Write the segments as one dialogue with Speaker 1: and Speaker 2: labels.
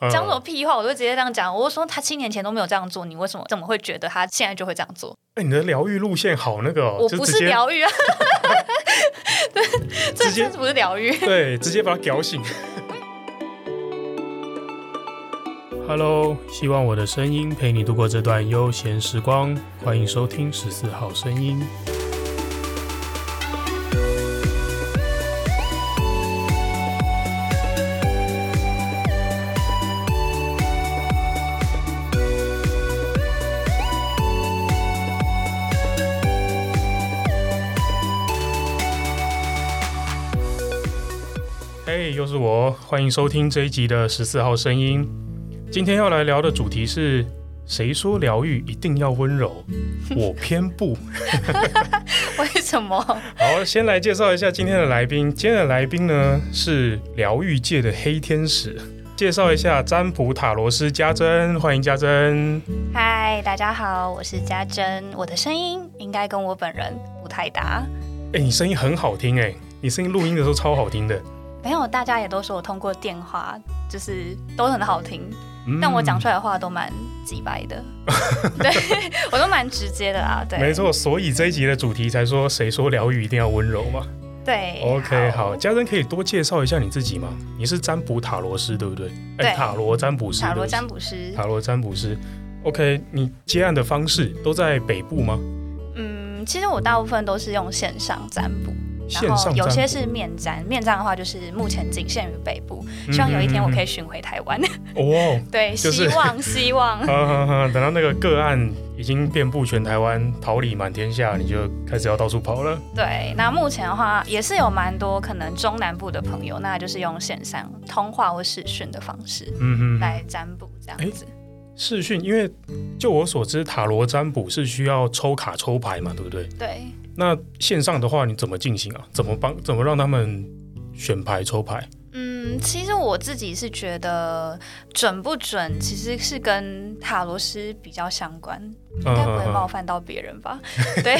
Speaker 1: 呃嗯
Speaker 2: 讲什么屁话，我就直接这样讲。我就说他七年前都没有这样做，你为什么怎么会觉得他现在就会这样做？
Speaker 1: 哎、你的疗愈路线好那个、哦，
Speaker 2: 我
Speaker 1: 就
Speaker 2: 不
Speaker 1: 直
Speaker 2: 是
Speaker 1: 接
Speaker 2: 疗 愈啊，这
Speaker 1: 直接
Speaker 2: 这不是疗愈。
Speaker 1: 对，直接把他屌醒。
Speaker 3: Hello，希望我的声音陪你度过这段悠闲时光，欢迎收听十四号声音。
Speaker 1: 嘿、哎又是我，欢迎收听这一集的十四号声音。今天要来聊的主题是：谁说疗愈一定要温 柔？我偏不。
Speaker 2: 为什么？
Speaker 1: 好，先来介绍一下今天的来宾。今天的来宾呢是疗愈界的黑天使。介绍一下占卜塔罗师家珍，欢迎家珍。
Speaker 2: 嗨，大家好，我是家珍，我的声音应该跟我本人不太搭。
Speaker 1: 哎、你声音很好听哎、你声音录音的时候超好听的。
Speaker 2: 没有，大家也都说我通过电话就是都很好听，
Speaker 1: 嗯
Speaker 2: 但我讲出来的话都蛮直白 的，对我都蛮直接的啊。对，
Speaker 1: 没，错，所以这一集的主题才说谁说疗愈一定要温柔嘛。
Speaker 2: 对
Speaker 1: OK，好，家珍可以多介绍一下你自己吗？你是占卜塔罗师对不对？
Speaker 2: 对
Speaker 1: 哎塔罗占卜师，
Speaker 2: 塔罗
Speaker 1: 对不起
Speaker 2: 占卜师，
Speaker 1: 塔罗占卜师。OK，你接案的方式都在北部吗？
Speaker 2: 嗯，其实我大部分都是用线上占卜。
Speaker 1: 线
Speaker 2: 然后
Speaker 1: 上
Speaker 2: 有
Speaker 1: 占
Speaker 2: 些
Speaker 1: 卜
Speaker 2: 是面占，面占的话就是目前仅限于北部，希望有一天
Speaker 1: 嗯
Speaker 2: 我可以巡回台湾。
Speaker 1: 哦，
Speaker 2: 对，
Speaker 1: 就是
Speaker 2: 希望希望。
Speaker 1: 哈哈哈！等到那个个案已经遍布全台湾，桃李满天下，你就开始要到处跑了。
Speaker 2: 对，那目前的话也是有蛮多可能中南部的朋友，那就是用线上通话或视讯的方式
Speaker 1: 嗯哼，
Speaker 2: 来占卜这样子。
Speaker 1: 视讯，因为就我所知，塔罗占卜是需要抽卡抽牌嘛，对不对？
Speaker 2: 对，
Speaker 1: 那线上的话，你怎么进行啊？怎么帮？怎么让他们选牌抽牌？
Speaker 2: 嗯，其实我自己是觉得准不准其实是跟塔罗师比较相关，
Speaker 1: 嗯
Speaker 2: 应该不会冒犯到别人吧？ 对，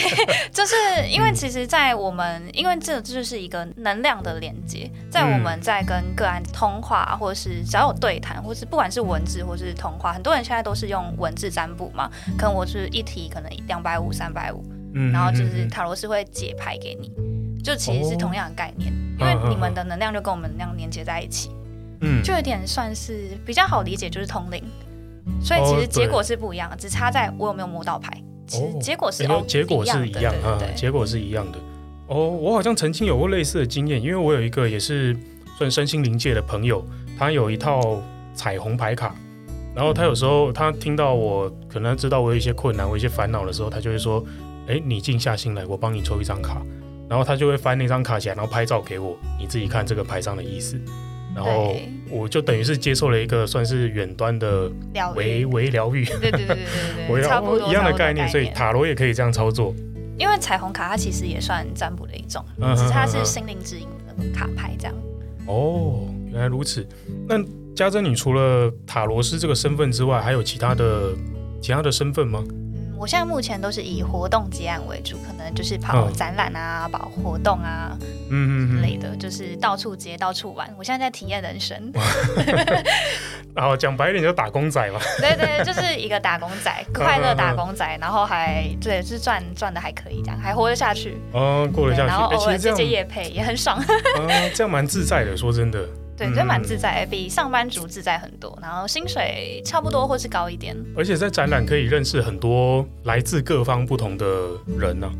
Speaker 2: 就是因
Speaker 1: 嗯
Speaker 2: 为其实，在我们因为这就是一个能量的连接，
Speaker 1: 嗯
Speaker 2: 在我们在跟个案通话，或是只要有对谈，或是不管是文字或是通话，很多人现在都是用文字占卜嘛，可能我是一题可能两百五、三百五，
Speaker 1: 嗯
Speaker 2: 然后就
Speaker 1: 嗯
Speaker 2: 是
Speaker 1: 嗯嗯哦
Speaker 2: 塔罗师会解牌给你，就其实是同样的概念，因
Speaker 1: 嗯
Speaker 2: 为
Speaker 1: 嗯嗯
Speaker 2: 你们的能量就跟我们能量连接在一起，
Speaker 1: 嗯
Speaker 2: 就有点算是比较好理解，就是通灵。所以
Speaker 1: 哦
Speaker 2: 其实结
Speaker 1: 对
Speaker 2: 果是不一样的，只差在我有没有摸到牌。其实
Speaker 1: 哦
Speaker 2: 结果是、
Speaker 1: 你
Speaker 2: 哦
Speaker 1: 说，结果是一样
Speaker 2: 的
Speaker 1: 啊
Speaker 2: 对对，对
Speaker 1: 结果是一样的。哦，我好像曾经有过类似的经验，因为我有一个也是算身心灵界的朋友，他有一套彩虹牌卡，然后他有时候他听到我可能知道我有一些困难，我有一些烦恼的时候，他就会说：“哎，你静下心来，我帮你抽一张卡。”然后他就会翻那张卡起来，然后拍照给我，你自己看这个牌上的意思。然后
Speaker 2: 对
Speaker 1: 我就等于是接受了一个算是远端的
Speaker 2: 疗
Speaker 1: 微
Speaker 2: 愈，
Speaker 1: 微疗愈，
Speaker 2: 对对对对 对
Speaker 1: 我
Speaker 2: 对，哦 差不多
Speaker 1: 一样
Speaker 2: 差
Speaker 1: 的
Speaker 2: 不多概
Speaker 1: 概念，所以塔罗也可以这样操作。
Speaker 2: 因为彩虹卡它其实也算占卜的一种，
Speaker 1: 嗯
Speaker 2: 只是它
Speaker 1: 嗯嗯
Speaker 2: 是
Speaker 1: 嗯
Speaker 2: 心灵指引的卡牌这样。
Speaker 1: 哦，原来如此。那家珍，你除了塔罗师这个身份之外，还有其他的其他的身份吗？
Speaker 2: 嗯，我现在目前都是以活动结案为主，可能就是跑
Speaker 1: 嗯
Speaker 2: 展览啊、跑活动啊之
Speaker 1: 嗯
Speaker 2: 类的，就是到处接、到处玩。我现在在体验人生，
Speaker 1: 然后讲白一点，就打工仔嘛。
Speaker 2: 对对，就是一个打工仔，
Speaker 1: 嗯
Speaker 2: 快乐打工仔，然后还对，是赚赚的还可以，这样还活得下去。
Speaker 1: 嗯，过了
Speaker 2: 对，
Speaker 1: 下去。
Speaker 2: 然后
Speaker 1: 哎
Speaker 2: 偶尔
Speaker 1: 其
Speaker 2: 接
Speaker 1: 实这
Speaker 2: 接
Speaker 1: 样，
Speaker 2: 夜配也很爽，
Speaker 1: 嗯，这样蛮自在的。说真的，
Speaker 2: 对，
Speaker 1: 嗯
Speaker 2: 就蛮自在，哎比上班族自在很多，然后薪水差不多或是高一点，
Speaker 1: 而且在展览可以认识很多来自各方不同的人
Speaker 2: 嗯
Speaker 1: 呢、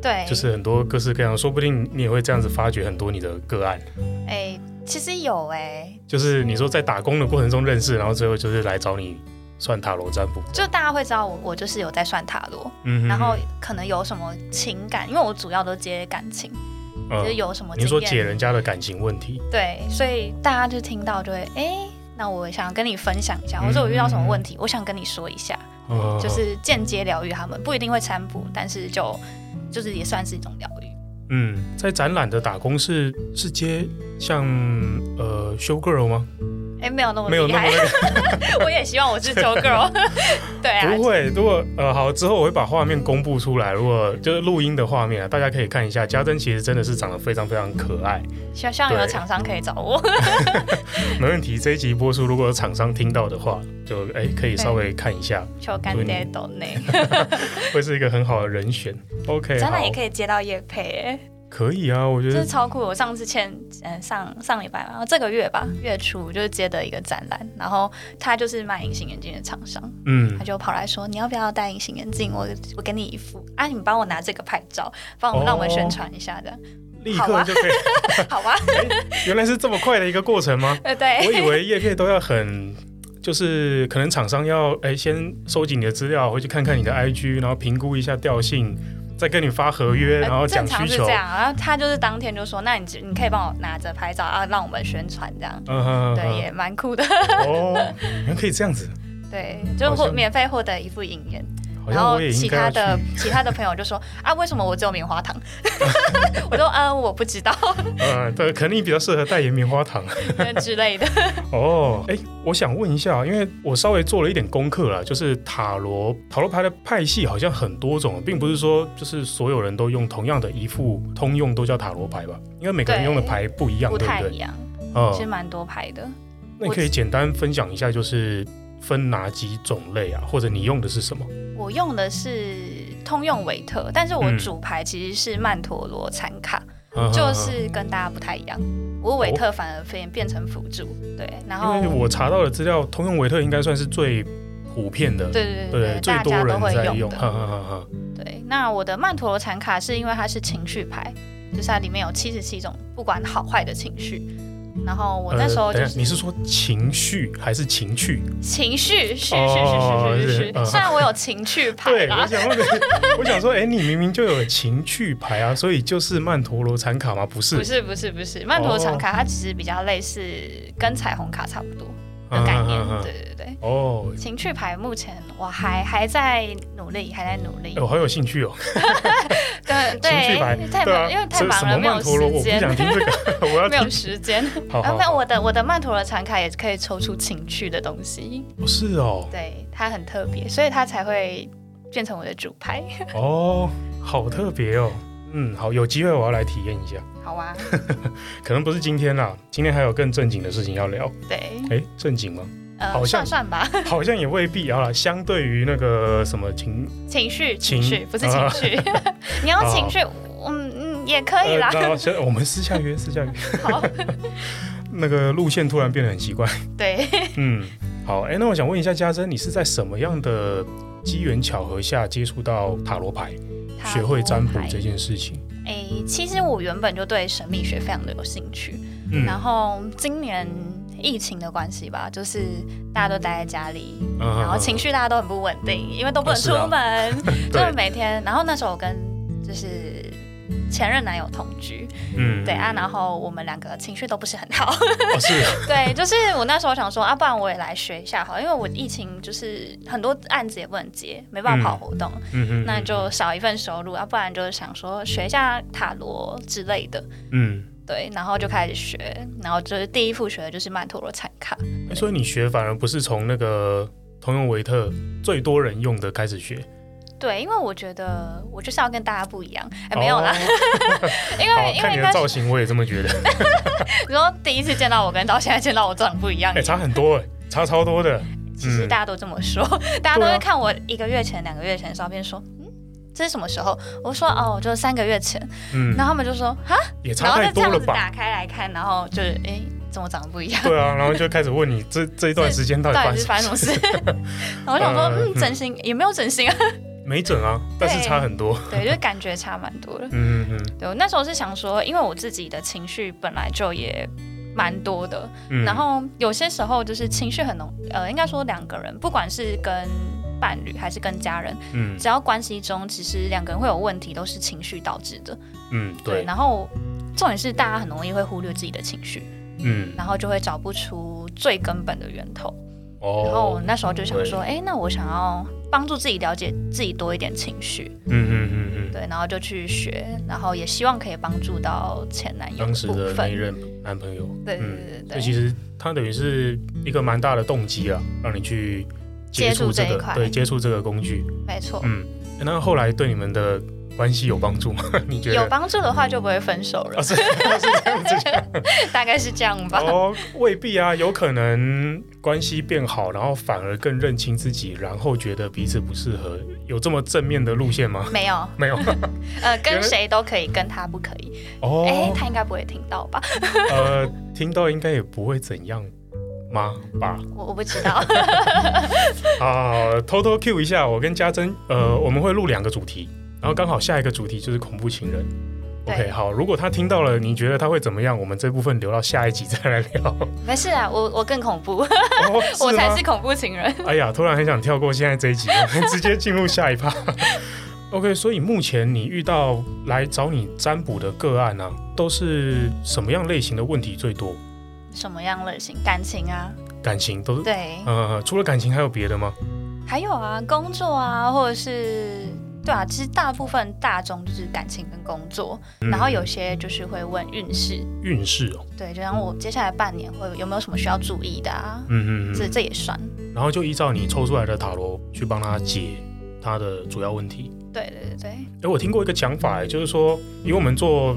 Speaker 2: 对，
Speaker 1: 就是很多各式各样，说不定你也会这样子发掘很多你的个案。
Speaker 2: 哎、其实有哎、
Speaker 1: 就是你说在打工的过程中认识，然后最后就是来找你算塔罗占卜。
Speaker 2: 就大家会知道我我就是有在算塔罗，
Speaker 1: 嗯哼
Speaker 2: 然后可能有什么情感，因为我主要都接感情，
Speaker 1: 嗯
Speaker 2: 就是有什么
Speaker 1: 你说
Speaker 2: 经
Speaker 1: 解
Speaker 2: 验，
Speaker 1: 人家的感情问题，
Speaker 2: 对，所以大家就听到就会哎。那我想跟你分享一下，
Speaker 1: 嗯
Speaker 2: 或者我遇到什么问题，我想跟你说一下，
Speaker 1: 嗯
Speaker 2: 就是间接疗愈他们，不一定会占卜，但是就就是也算是一种疗愈。
Speaker 1: 嗯，在展览的打工是是接像呃 show girl 吗？
Speaker 2: 哎，没有那么
Speaker 1: 没有
Speaker 2: 厉
Speaker 1: 那么
Speaker 2: 害，
Speaker 1: 那 个。
Speaker 2: 我也希望我是球 girl。对啊，
Speaker 1: 不会，如果呃好，之后我会把画面公布出来。如果就是录音的画面啊，大家可以看一下。家珍其实真的是长得非常非常可爱，
Speaker 2: 希望有
Speaker 1: 对
Speaker 2: 厂商可以找我。
Speaker 1: 没问题。这一集播出，如果有厂商听到的话，就哎可以稍微看一下，
Speaker 2: 求干爹懂 内，
Speaker 1: 会是一个很好的人选。OK，
Speaker 2: 真的
Speaker 1: 好
Speaker 2: 也可以接到叶配，哎，
Speaker 1: 可以啊，我觉
Speaker 2: 这
Speaker 1: 得
Speaker 2: 是超酷。我上次前嗯上上礼拜吧，这个月吧，月初就是接的一个展览，然后他就是卖隐形眼镜的厂商，
Speaker 1: 嗯
Speaker 2: 他，就跑来说你要不要戴隐形眼镜？我我给你一副啊，你帮我拿这个拍照，帮我、
Speaker 1: 哦
Speaker 2: 让我们宣传一下的，
Speaker 1: 立
Speaker 2: 好啊
Speaker 1: 刻就可以。
Speaker 2: 好啊，
Speaker 1: 原来是这么快的一个过程吗？
Speaker 2: 呃对，
Speaker 1: 我以为叶片都要很，就是可能厂商要哎、先收集你的资料，回去看看你的 IG，然后评估一下调性，再跟你发合约，然后
Speaker 2: 呃
Speaker 1: 讲
Speaker 2: 正常
Speaker 1: 需
Speaker 2: 是
Speaker 1: 求
Speaker 2: 这。样，然后他就是当天就说，那你只你可以帮我拿着拍照啊，让我们宣传这样，
Speaker 1: 嗯哼，
Speaker 2: 对，
Speaker 1: 哼
Speaker 2: 也蛮酷的，
Speaker 1: 哦，原来可以这样子，
Speaker 2: 对，就
Speaker 1: 好
Speaker 2: 获
Speaker 1: 像
Speaker 2: 免费获得一副银眼，
Speaker 1: 好
Speaker 2: 然
Speaker 1: 像
Speaker 2: 后
Speaker 1: 我也应
Speaker 2: 其
Speaker 1: 该
Speaker 2: 他
Speaker 1: 要去。
Speaker 2: 的其他的朋友就说啊，为什么我只有棉花糖？ 我说嗯，我不知道
Speaker 1: 呃，对，可能你比较适合代言棉花糖。
Speaker 2: 之类的。
Speaker 1: 哦，哎，我想问一下，因为我稍微做了一点功课啦，就是塔罗塔罗牌的派系好像很多种，并不是说就是所有人都用同样的一副通用都叫塔罗牌吧？因为每个人
Speaker 2: 对
Speaker 1: 用的牌不一样，
Speaker 2: 不
Speaker 1: 对
Speaker 2: 太
Speaker 1: 不
Speaker 2: 一
Speaker 1: 对？
Speaker 2: 样，
Speaker 1: 嗯
Speaker 2: 其实蛮多牌的。
Speaker 1: 那你可以简单分享一下，就是分哪几种类啊，或者你用的是什么？
Speaker 2: 我用的是通用维特，但是我
Speaker 1: 嗯啊
Speaker 2: 主牌其实是曼陀罗残卡，就是跟大家不太一样。我维特反而变变成辅助，对，然后
Speaker 1: 哦嗯因为我查到的资料，通用维特应该算是最普遍的，
Speaker 2: 嗯对对
Speaker 1: 对
Speaker 2: 对，
Speaker 1: 最
Speaker 2: 大
Speaker 1: 多
Speaker 2: 家都
Speaker 1: 人
Speaker 2: 会
Speaker 1: 在
Speaker 2: 用
Speaker 1: 用。嗯哈
Speaker 2: 的。
Speaker 1: 哈哈哈
Speaker 2: 对，那我的曼陀罗禅卡是因为它是情绪牌，就是它里面有七十七种不管好坏的情绪。然后我那时候
Speaker 1: 呃
Speaker 2: 就
Speaker 1: 等一
Speaker 2: 是
Speaker 1: 下你是说情绪还是情趣？
Speaker 2: 情绪，是是是是
Speaker 1: 哦是
Speaker 2: 是是，
Speaker 1: 嗯
Speaker 2: 虽然我有情绪牌啊
Speaker 1: 对，啊我
Speaker 2: 啦，
Speaker 1: 想问，我想说，哎，你明明就有情趣牌啊，所以就是曼陀罗禅卡吗？不是哦
Speaker 2: 不，是不是不是，曼陀罗禅卡它其实比较类似跟彩虹卡差不多的概念
Speaker 1: 嗯嗯嗯，嗯
Speaker 2: 对对对。
Speaker 1: 哦，
Speaker 2: 情趣牌目前我还还在努力，还在努力
Speaker 1: 哎。我好有兴趣哦，
Speaker 2: 对
Speaker 1: 情趣牌
Speaker 2: 对，，太
Speaker 1: 对啊，
Speaker 2: 忙，因为太
Speaker 1: 什
Speaker 2: 忙
Speaker 1: 什
Speaker 2: 了，
Speaker 1: 么
Speaker 2: 没有
Speaker 1: 曼陀罗，我
Speaker 2: 时
Speaker 1: 不
Speaker 2: 间
Speaker 1: 想，听这个， 我要
Speaker 2: 没有
Speaker 1: 听。
Speaker 2: 时间。
Speaker 1: 好
Speaker 2: 啊，
Speaker 1: 好
Speaker 2: 不然
Speaker 1: 好，
Speaker 2: 我的我的曼陀罗禅卡也可以抽出情趣的东西，
Speaker 1: 是哦，
Speaker 2: 对，它很特别，所以它才会变成我的主 牌。
Speaker 1: 哦，好特别哦。嗯，好，有机会我要来体验一下，
Speaker 2: 好啊，
Speaker 1: 可能不是今天啦，今天还有更正经的事情要聊。
Speaker 2: 对，
Speaker 1: 哎，正 经吗？
Speaker 2: 呃，
Speaker 1: 好
Speaker 2: 算
Speaker 1: 像
Speaker 2: 算吧，
Speaker 1: 好像也未必啊。相对于那个什么情，
Speaker 2: 情绪
Speaker 1: 情啊
Speaker 2: 情绪不是情 绪， 你要情绪，嗯嗯也可以啦。
Speaker 1: 呃那先我们私 下约，私下约。
Speaker 2: 好，
Speaker 1: 那个路线突然变得很 奇怪。
Speaker 2: 对，
Speaker 1: 嗯，好，哎，那我想问一下嘉珍，你是在什么样的机缘巧合下接触到塔罗牌， 学会占卜这件事情？
Speaker 2: 哎、其实我原本就对神秘学非常的有兴趣，
Speaker 1: 嗯
Speaker 2: 然后今年疫情的关系吧，就是大家都待在家里，
Speaker 1: 嗯啊
Speaker 2: 然后情绪大家都很不稳定，因为都不能出门， 就
Speaker 1: 对
Speaker 2: 是每天。然后那时候我跟就是前任男友同居，
Speaker 1: 嗯
Speaker 2: 对啊，，然后我们两个情绪都不是很好，
Speaker 1: 哦是
Speaker 2: 对，就是我那时候想说啊，不然我也来学一下好了，因为我疫情就是很多案子也不能接，没办法跑活动，
Speaker 1: 嗯嗯，
Speaker 2: 那就少一份收入啊，不然就是想说学一下塔罗之类的。
Speaker 1: 嗯。
Speaker 2: 对，然后就开始学，然后就是第一副学的就是曼陀罗禅卡，
Speaker 1: 欸所以你学反而不是从那个通用维特最多人用的开始学，
Speaker 2: 对，因为我觉得我就是要跟大家不一样，哎、没有啦，
Speaker 1: 哦
Speaker 2: 因
Speaker 1: 好
Speaker 2: 为因
Speaker 1: 看
Speaker 2: 为
Speaker 1: 你
Speaker 2: 应
Speaker 1: 的
Speaker 2: 该
Speaker 1: 造
Speaker 2: 是
Speaker 1: 型，我也这么觉得。
Speaker 2: 你说第一次见到我跟到现在见到我长得不一样
Speaker 1: 哎、，差很多哎、差超多的。
Speaker 2: 其实
Speaker 1: 嗯
Speaker 2: 大家都这么说，大家都
Speaker 1: 对啊
Speaker 2: 会看我一个月前、两个月前的照片说，嗯，这是什么时候？我说哦，就是三个月前，
Speaker 1: 嗯，
Speaker 2: 然后他们就说哈，
Speaker 1: 也
Speaker 2: 然
Speaker 1: 差
Speaker 2: 后
Speaker 1: 太
Speaker 2: 再这
Speaker 1: 多了
Speaker 2: 样子
Speaker 1: 吧？
Speaker 2: 打开来看，然后就是哎、怎么长得不一样？
Speaker 1: 对啊，然后就开始问你这这一段时间到底
Speaker 2: 到
Speaker 1: 发
Speaker 2: 底是发
Speaker 1: 生
Speaker 2: 生
Speaker 1: 什
Speaker 2: 什
Speaker 1: 么
Speaker 2: 么
Speaker 1: 事？
Speaker 2: 事？ 然后我想说，
Speaker 1: 呃
Speaker 2: 嗯，整形也没有整形啊，
Speaker 1: 没准啊，但是差很多。
Speaker 2: 对，就是感觉差蛮多的。
Speaker 1: 嗯嗯嗯
Speaker 2: 对，我那时候是想说，因为我自己的情绪本来就也蛮多的，
Speaker 1: 嗯，
Speaker 2: 然后有些时候就是情绪很浓，呃，应该说两个人，不管是跟伴侣还是跟家人，
Speaker 1: 嗯
Speaker 2: 只要关系中其实两个人会有问题，都是情绪导致的。
Speaker 1: 嗯对，
Speaker 2: 然后重点是大家很容易会忽略自己的情绪，
Speaker 1: 嗯
Speaker 2: 然后就会找不出最根本的源头。
Speaker 1: 哦，
Speaker 2: 然后我那时候就想说，哎，那我想要帮助自己了解自己多一点情绪，
Speaker 1: 嗯嗯嗯嗯，
Speaker 2: 对，然后就去学，然后也希望可以帮助到前男友
Speaker 1: 当时
Speaker 2: 部
Speaker 1: 的那一
Speaker 2: 分。
Speaker 1: 任男朋友，
Speaker 2: 对对
Speaker 1: 嗯
Speaker 2: 对对
Speaker 1: 所以
Speaker 2: 对
Speaker 1: 其实它等于是一个蛮大的动机啊，让你去接触这
Speaker 2: 接触这一
Speaker 1: 个，
Speaker 2: 块
Speaker 1: 对，接触这个工具。
Speaker 2: 对，没错。
Speaker 1: 嗯，诶那后来对你们的关系有帮助 吗？你觉得？
Speaker 2: 有帮助的话就不会分手了，
Speaker 1: 啊，是是这样子讲
Speaker 2: 大概是这样吧。
Speaker 1: 哦，未必啊，有可能关系变好，然后反而更认清自己，然后觉得彼此不适合，有这么正面的路 线吗？
Speaker 2: 没有，
Speaker 1: 没有
Speaker 2: 呃，
Speaker 1: 原
Speaker 2: 跟
Speaker 1: 来
Speaker 2: 谁都可以，跟他不可以。哎、
Speaker 1: 哦，
Speaker 2: 他应该不会听到吧？
Speaker 1: 呃，听到应该也不会怎样吗？吧？
Speaker 2: 我我不知 道。
Speaker 1: 啊，偷偷 Q 一下，我跟家珍，呃，我们会录两个主题，然后刚好下一个主题就是恐怖情人。
Speaker 2: 对
Speaker 1: OK，好，如果他听到了，你觉得他会怎么样？我们这部分留到下一集再来 聊。
Speaker 2: 没事啊，我我更恐怖，
Speaker 1: 哦、
Speaker 2: 我才
Speaker 1: 吗
Speaker 2: 是恐怖情人。
Speaker 1: 哎呀，突然很想跳过现在这一集，我们直接进入下一趴。OK，所以目前你遇到来找你占卜的个案啊，都是什么样类型的问题最多？
Speaker 2: 什么样类型？感情啊，
Speaker 1: 感情都是？
Speaker 2: 对，
Speaker 1: 呃，除了感情还有别的吗？
Speaker 2: 还有啊，工作啊，或者是对啊，其实大部分大众就是感情跟工作，
Speaker 1: 嗯
Speaker 2: 然后有些就是会问运势，
Speaker 1: 运势哦，
Speaker 2: 对，就像我接下来半年会有没有什么需要注意的啊？
Speaker 1: 嗯嗯
Speaker 2: 这
Speaker 1: 嗯，
Speaker 2: 这也算，
Speaker 1: 然后就依照你抽出来的塔罗去帮他解他的主要问题。
Speaker 2: 对对对对，
Speaker 1: 哎，我听过一个讲法，就是说，因为我们做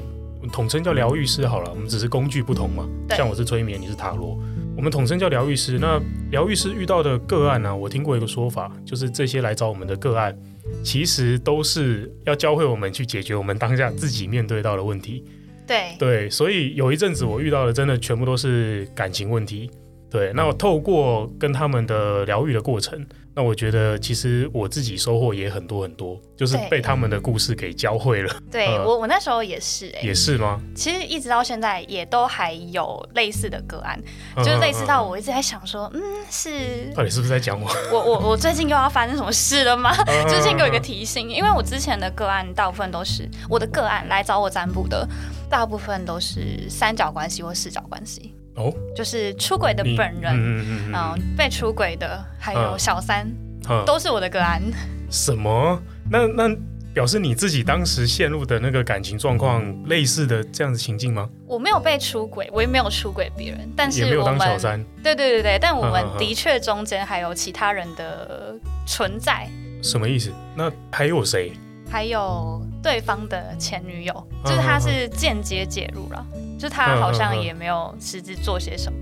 Speaker 1: 统称叫疗愈师好了，我们只是工具不同嘛。
Speaker 2: 对
Speaker 1: 像我是催眠，你是塔罗，我们统称叫疗愈师。那疗愈师遇到的个案呢、啊我听过一个说法，就是这些来找我们的个案，其实都是要教会我们去解决我们当下自己面对到的问题。
Speaker 2: 对
Speaker 1: 对，所以有一阵子我遇到的真的全部都是感情问题。对，那我透过跟他们的疗愈的过程，那我觉得其实我自己收获也很多很多，就是
Speaker 2: 对
Speaker 1: 被他们的故事给教会了，
Speaker 2: 对，
Speaker 1: 呃
Speaker 2: 我我那时候也是哎、
Speaker 1: 也是吗？
Speaker 2: 其实一直到现在也都还有类似的个案，
Speaker 1: 嗯
Speaker 2: 就是类似到我一直在想说，嗯，是
Speaker 1: 嗯嗯嗯到底是不是在讲我？
Speaker 2: 我我我最近又要发生什么事了吗？ 就先给我一个
Speaker 1: 嗯
Speaker 2: 提醒，因为我之前的个案大部分都是我的个案来找我占卜的，大部分都是三角关系或四角关系，
Speaker 1: 哦，
Speaker 2: 就是出轨的
Speaker 1: 你
Speaker 2: 本人，
Speaker 1: 嗯嗯嗯
Speaker 2: 嗯、
Speaker 1: 嗯
Speaker 2: 被出轨的，还有
Speaker 1: 嗯
Speaker 2: 小三，
Speaker 1: 嗯
Speaker 2: 都是我的个案。
Speaker 1: 什么？那那表示你自己当时陷入的那个感情状况类似的这样子情境吗？
Speaker 2: 我没有被出轨，我也没有出轨别人，但
Speaker 1: 也没
Speaker 2: 是
Speaker 1: 有
Speaker 2: 我
Speaker 1: 当
Speaker 2: 们
Speaker 1: 小三，
Speaker 2: 对对对对，但我们
Speaker 1: 嗯嗯嗯
Speaker 2: 的确中间还有其他人的存在，
Speaker 1: 什么意思？那还有谁？
Speaker 2: 还有对方的前女友，
Speaker 1: 嗯
Speaker 2: 就是他是间接介入了，就是他好像也没有实质做些什么，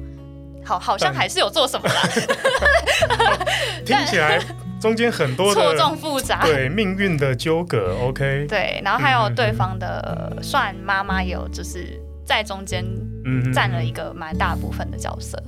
Speaker 2: 好好像还是有做什么啦，
Speaker 1: 听 起来中间很多
Speaker 2: 错
Speaker 1: 的
Speaker 2: 综复杂。
Speaker 1: 对命运的纠葛。OK，
Speaker 2: 对，然后还有对方的算妈妈也有，就是在中间
Speaker 1: 嗯
Speaker 2: 占了一个蛮大部分的角色，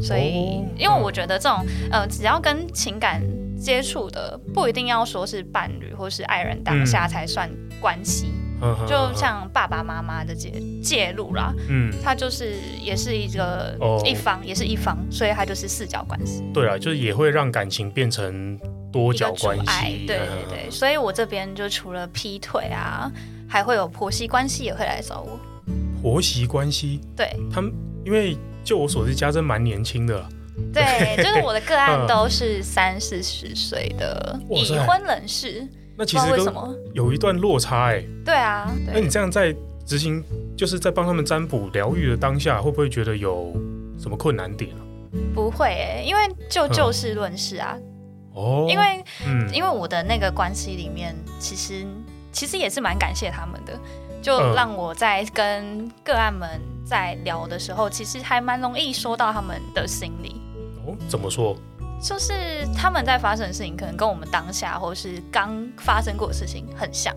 Speaker 2: 所以
Speaker 1: 哦
Speaker 2: 因为我觉得这种呃，只要跟情感接触的，不一定要说是伴侣或是爱人当下才算关系，
Speaker 1: 嗯
Speaker 2: 就像爸爸妈妈的介介入啦，
Speaker 1: 嗯，
Speaker 2: 他就是也是一个、
Speaker 1: 哦
Speaker 2: 一方，也是一方，所以他就是四角关系，
Speaker 1: 对了，就是也会让感情变成多
Speaker 2: 一个
Speaker 1: 角
Speaker 2: 阻
Speaker 1: 关
Speaker 2: 碍
Speaker 1: 系。。嗯
Speaker 2: 对对对，所以我这边就除了劈腿啊，还会有婆媳关系也会来找我。
Speaker 1: 嗯，婆媳关系，
Speaker 2: 对
Speaker 1: 他们因为就我所知，家珍蛮年轻的啦。
Speaker 2: 对，就是我的个案
Speaker 1: 嗯
Speaker 2: 都是三四十岁的
Speaker 1: 哇
Speaker 2: 已
Speaker 1: 塞
Speaker 2: 婚人士，不
Speaker 1: 那其
Speaker 2: 知道
Speaker 1: 实
Speaker 2: 为
Speaker 1: 跟
Speaker 2: 什么。
Speaker 1: 有一段落差哎、
Speaker 2: 对啊，
Speaker 1: 那你
Speaker 2: 对，
Speaker 1: 这样在执行，就是在帮他们占卜疗愈的当下，会不会觉得有什么困难点啊？
Speaker 2: 不会、欸，因为就
Speaker 1: 嗯
Speaker 2: 就事论事啊，
Speaker 1: 哦，
Speaker 2: 因为
Speaker 1: 嗯
Speaker 2: 因为我的那个关系里面，其实其实也是蛮感谢他们的，
Speaker 1: 嗯
Speaker 2: 就让我在跟个案们在聊的时候，其实还蛮容易说到他们的心里，
Speaker 1: 哦怎么说？
Speaker 2: 就是他们在发生的事情，可能跟我们当下或是刚发生过的事情很像，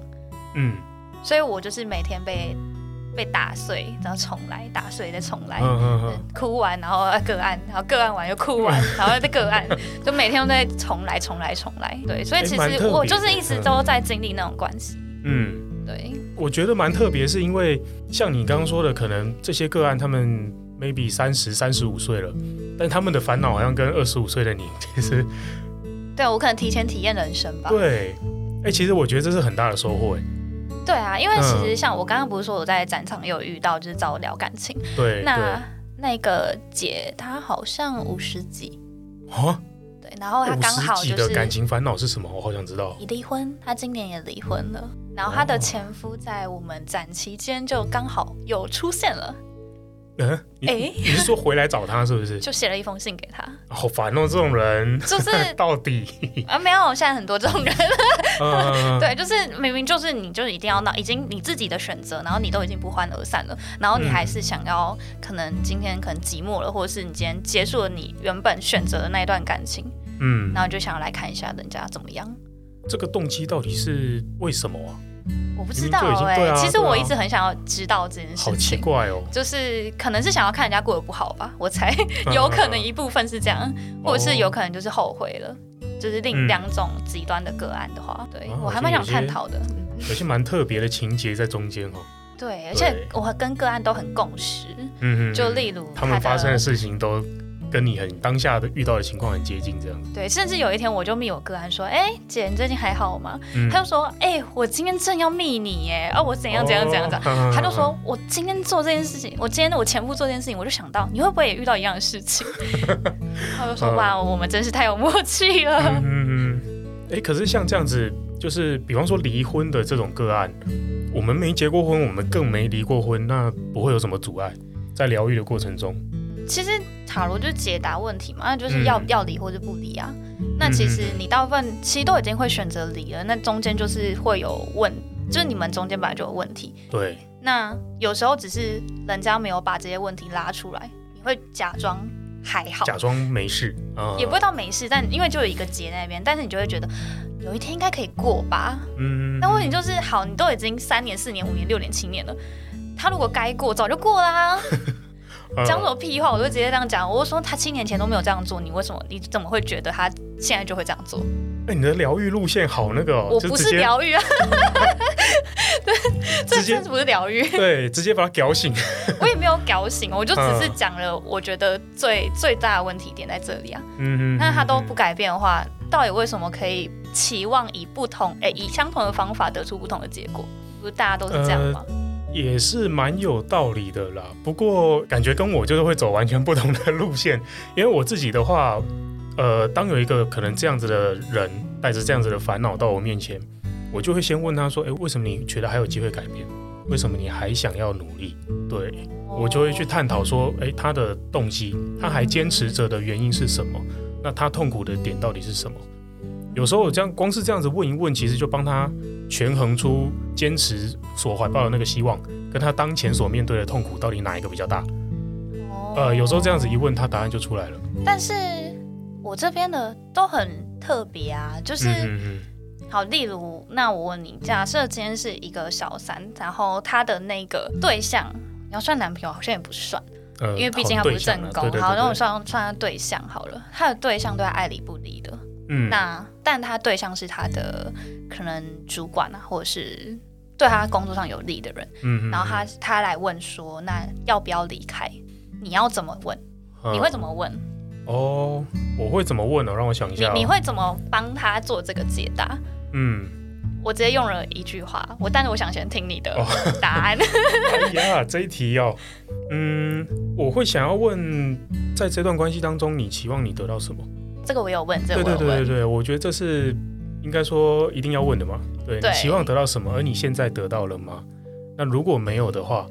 Speaker 1: 嗯
Speaker 2: 所以我就是每天被被打碎，然后重来，打碎再重来。
Speaker 1: 嗯嗯
Speaker 2: 对
Speaker 1: 嗯，
Speaker 2: 哭完，然后个案，然后个案完又哭 完，然后再个案，就每天都在重来、重来、重来。对，所以
Speaker 1: 诶
Speaker 2: 其
Speaker 1: 蛮特
Speaker 2: 实我
Speaker 1: 别
Speaker 2: 就是
Speaker 1: 的
Speaker 2: 一直
Speaker 1: 嗯
Speaker 2: 都在经历那种关系。
Speaker 1: 嗯。
Speaker 2: 对，
Speaker 1: 我觉得蛮特别，是因为像你刚刚说的，可能这些个案他们 maybe 三十、三十五岁了，但他们的烦恼好像跟二十五岁的你其实
Speaker 2: 嗯对我可能提前体验人生吧。
Speaker 1: 对，哎、其实我觉得这是很大的收获，哎，
Speaker 2: 对啊，因为其实
Speaker 1: 嗯
Speaker 2: 像我刚刚不是说我在展场也有遇到，就是找我聊感情。
Speaker 1: 对，
Speaker 2: 那那个姐她好像五十几，
Speaker 1: 对啊，
Speaker 2: 对，然后她
Speaker 1: 五
Speaker 2: 刚
Speaker 1: 十
Speaker 2: 好
Speaker 1: 几
Speaker 2: 就
Speaker 1: 的感
Speaker 2: 是
Speaker 1: 情烦恼是什么？我好想知道。
Speaker 2: 已离婚，她今年也离婚了。然后她的前夫在我们展期间就刚好有出现了，
Speaker 1: 嗯，你
Speaker 2: 哎
Speaker 1: 你是说回来找他是不是？
Speaker 2: 就写了一封信给他，
Speaker 1: 好烦哦，这种人
Speaker 2: 就是
Speaker 1: 到底，
Speaker 2: 啊，没有，现在很多这种 人，
Speaker 1: 嗯，
Speaker 2: 对，就是明明就是你就一定要闹，已经你自己的选择，然后你都已经不欢而散了，然后你还是想要，可能今天可能寂寞了，或者是你今天结束了你原本选择的那一段感情，
Speaker 1: 嗯，
Speaker 2: 然后你就想要来看一下人家怎么样。
Speaker 1: 这个动机到底是为什么啊？
Speaker 2: 我不知道
Speaker 1: 明明就已经
Speaker 2: 哎、
Speaker 1: 对啊
Speaker 2: 其实
Speaker 1: 对啊
Speaker 2: 我一直很想要知道这件事
Speaker 1: 好奇
Speaker 2: 情，
Speaker 1: 怪哦，嗯
Speaker 2: 就是可能是想要看人家过得不好吧，我猜 有可能一部分是这样，或者是有可能就是后悔了，就是
Speaker 1: 嗯
Speaker 2: 另两种极端的个案的话，对
Speaker 1: 哦
Speaker 2: 我还
Speaker 1: 就
Speaker 2: 蛮
Speaker 1: 有
Speaker 2: 想
Speaker 1: 些
Speaker 2: 探讨的。
Speaker 1: 有些蛮特别的情节在中间哦，
Speaker 2: 对，而且
Speaker 1: 对
Speaker 2: 我跟个案都很共识，
Speaker 1: 嗯，嗯
Speaker 2: 就例如
Speaker 1: 他们
Speaker 2: 的
Speaker 1: 发生的事情都跟你很当下的遇到的情况很接近，这样子，
Speaker 2: 对，甚至有一天我就密我个案说，哎、姐，你最近还好吗？
Speaker 1: 嗯
Speaker 2: 他就说，哎、我今天正要密你耶，啊，我怎样怎样怎样怎样。
Speaker 1: 样
Speaker 2: 他就说：“我今天做这件事情，我今天我前夫做这件事情，我就想到你会不会也遇到一样的事 情？”他就说：“
Speaker 1: 嗯
Speaker 2: 哇，我们真是太有默契了。
Speaker 1: 嗯嗯嗯，哎、可是像这样子，就是比方说离婚的这种个案，我们没结过婚，我们更没离过婚，那不会有什么阻碍。在疗愈的过程中，
Speaker 2: 其实塔罗就是解答问题嘛，那就是要、
Speaker 1: 嗯
Speaker 2: 要离或者不离啊。那其实你大部分其实都已经会选择离了，那中间就是会有问，就是你们中间本来就有问题。
Speaker 1: 对，
Speaker 2: 那有时候只是人家没有把这些问题拉出来，你会假装还好，
Speaker 1: 假装没事啊，
Speaker 2: 也不会到没事，但因为就有一个结在那边，但是你就会觉得有一天应该可以过吧。
Speaker 1: 嗯，嗯
Speaker 2: 那问题就是，好，你都已经三年、四年、五年、六年、七年了，他如果该过早就过啦、
Speaker 1: 嗯
Speaker 2: 讲什
Speaker 1: 啊
Speaker 2: 么屁话，我就直接这样讲。我就说他七年前都没有这样做，你为什么？你怎么会觉得他现在就会这样做？
Speaker 1: 哎、你的疗愈路线好那个、哦，
Speaker 2: 我
Speaker 1: 就
Speaker 2: 不
Speaker 1: 直
Speaker 2: 是
Speaker 1: 接
Speaker 2: 疗 愈啊，
Speaker 1: 直
Speaker 2: 这
Speaker 1: 接
Speaker 2: 真的不是疗愈，
Speaker 1: 对，直接把他屌醒。
Speaker 2: 我也没有搞醒，我就只
Speaker 1: 嗯
Speaker 2: 是讲了，我觉得最最大的问题点在这里啊。
Speaker 1: 嗯，嗯
Speaker 2: 那他都不，改变的话，到底为什么可以期望以不同诶、以相同的方法得出不同的结果？不是大家都是这样吗？
Speaker 1: 嗯也是蛮有道理的啦。不过感觉跟我就是会走完全不同的路线，因为我自己的话，呃，当有一个可能这样子的人带着这样子的烦恼到我面前，我就会先问他说：“哎、为什么你觉得还有机会改变？为什么你还想要努力？”对，呃我就会去探讨说，诶，他的动机，他还坚持着的原因是什么？那他痛苦的点到底是什么？有时候我这样光是这样子问一问，其实就帮他权衡出坚持所怀抱的那个希望，跟他当前所面对的痛苦到底哪一个比较大？
Speaker 2: 哦
Speaker 1: 呃，有时候这样子一问，他答案就出来了。
Speaker 2: 但是我这边的都很特别啊，就是、
Speaker 1: 嗯嗯
Speaker 2: 好，例如，那我问你，假设今天是一个小三，然后他的那个对象，你要算男朋友好像也不算，
Speaker 1: 嗯，呃，
Speaker 2: 因为毕竟他不
Speaker 1: 好
Speaker 2: 是
Speaker 1: 对象
Speaker 2: 正
Speaker 1: 啊
Speaker 2: 宫。
Speaker 1: 对对对
Speaker 2: 好，那我
Speaker 1: 对
Speaker 2: 算算他对象好了，他的对象对他爱理不理的，
Speaker 1: 嗯，
Speaker 2: 那但他对象是他的可能主管啊，或者是对他工作上有利的人，
Speaker 1: 嗯，嗯
Speaker 2: 然后他他来问说，那要不要离开？你要怎么问？
Speaker 1: 嗯
Speaker 2: 你会怎么问？
Speaker 1: 哦？我会怎么问呢、让我想一
Speaker 2: 你
Speaker 1: 下、哦
Speaker 2: 你，会怎么帮他做这个解答？
Speaker 1: 嗯，
Speaker 2: 我直接用了一句话，我但是我想先听你的
Speaker 1: 哦
Speaker 2: 答案。
Speaker 1: 哎呀，这一题哦，嗯，我会想要问，在这段关系当中，你期望你得到什么？
Speaker 2: 这个我有问，这个
Speaker 1: 对
Speaker 2: 我
Speaker 1: 对
Speaker 2: 有
Speaker 1: 对对
Speaker 2: 问。
Speaker 1: 对，我觉得这是应该说一定要问的嘛。对，
Speaker 2: 对
Speaker 1: 你希望得到什么，而你现在得到了吗？那如果没有的话，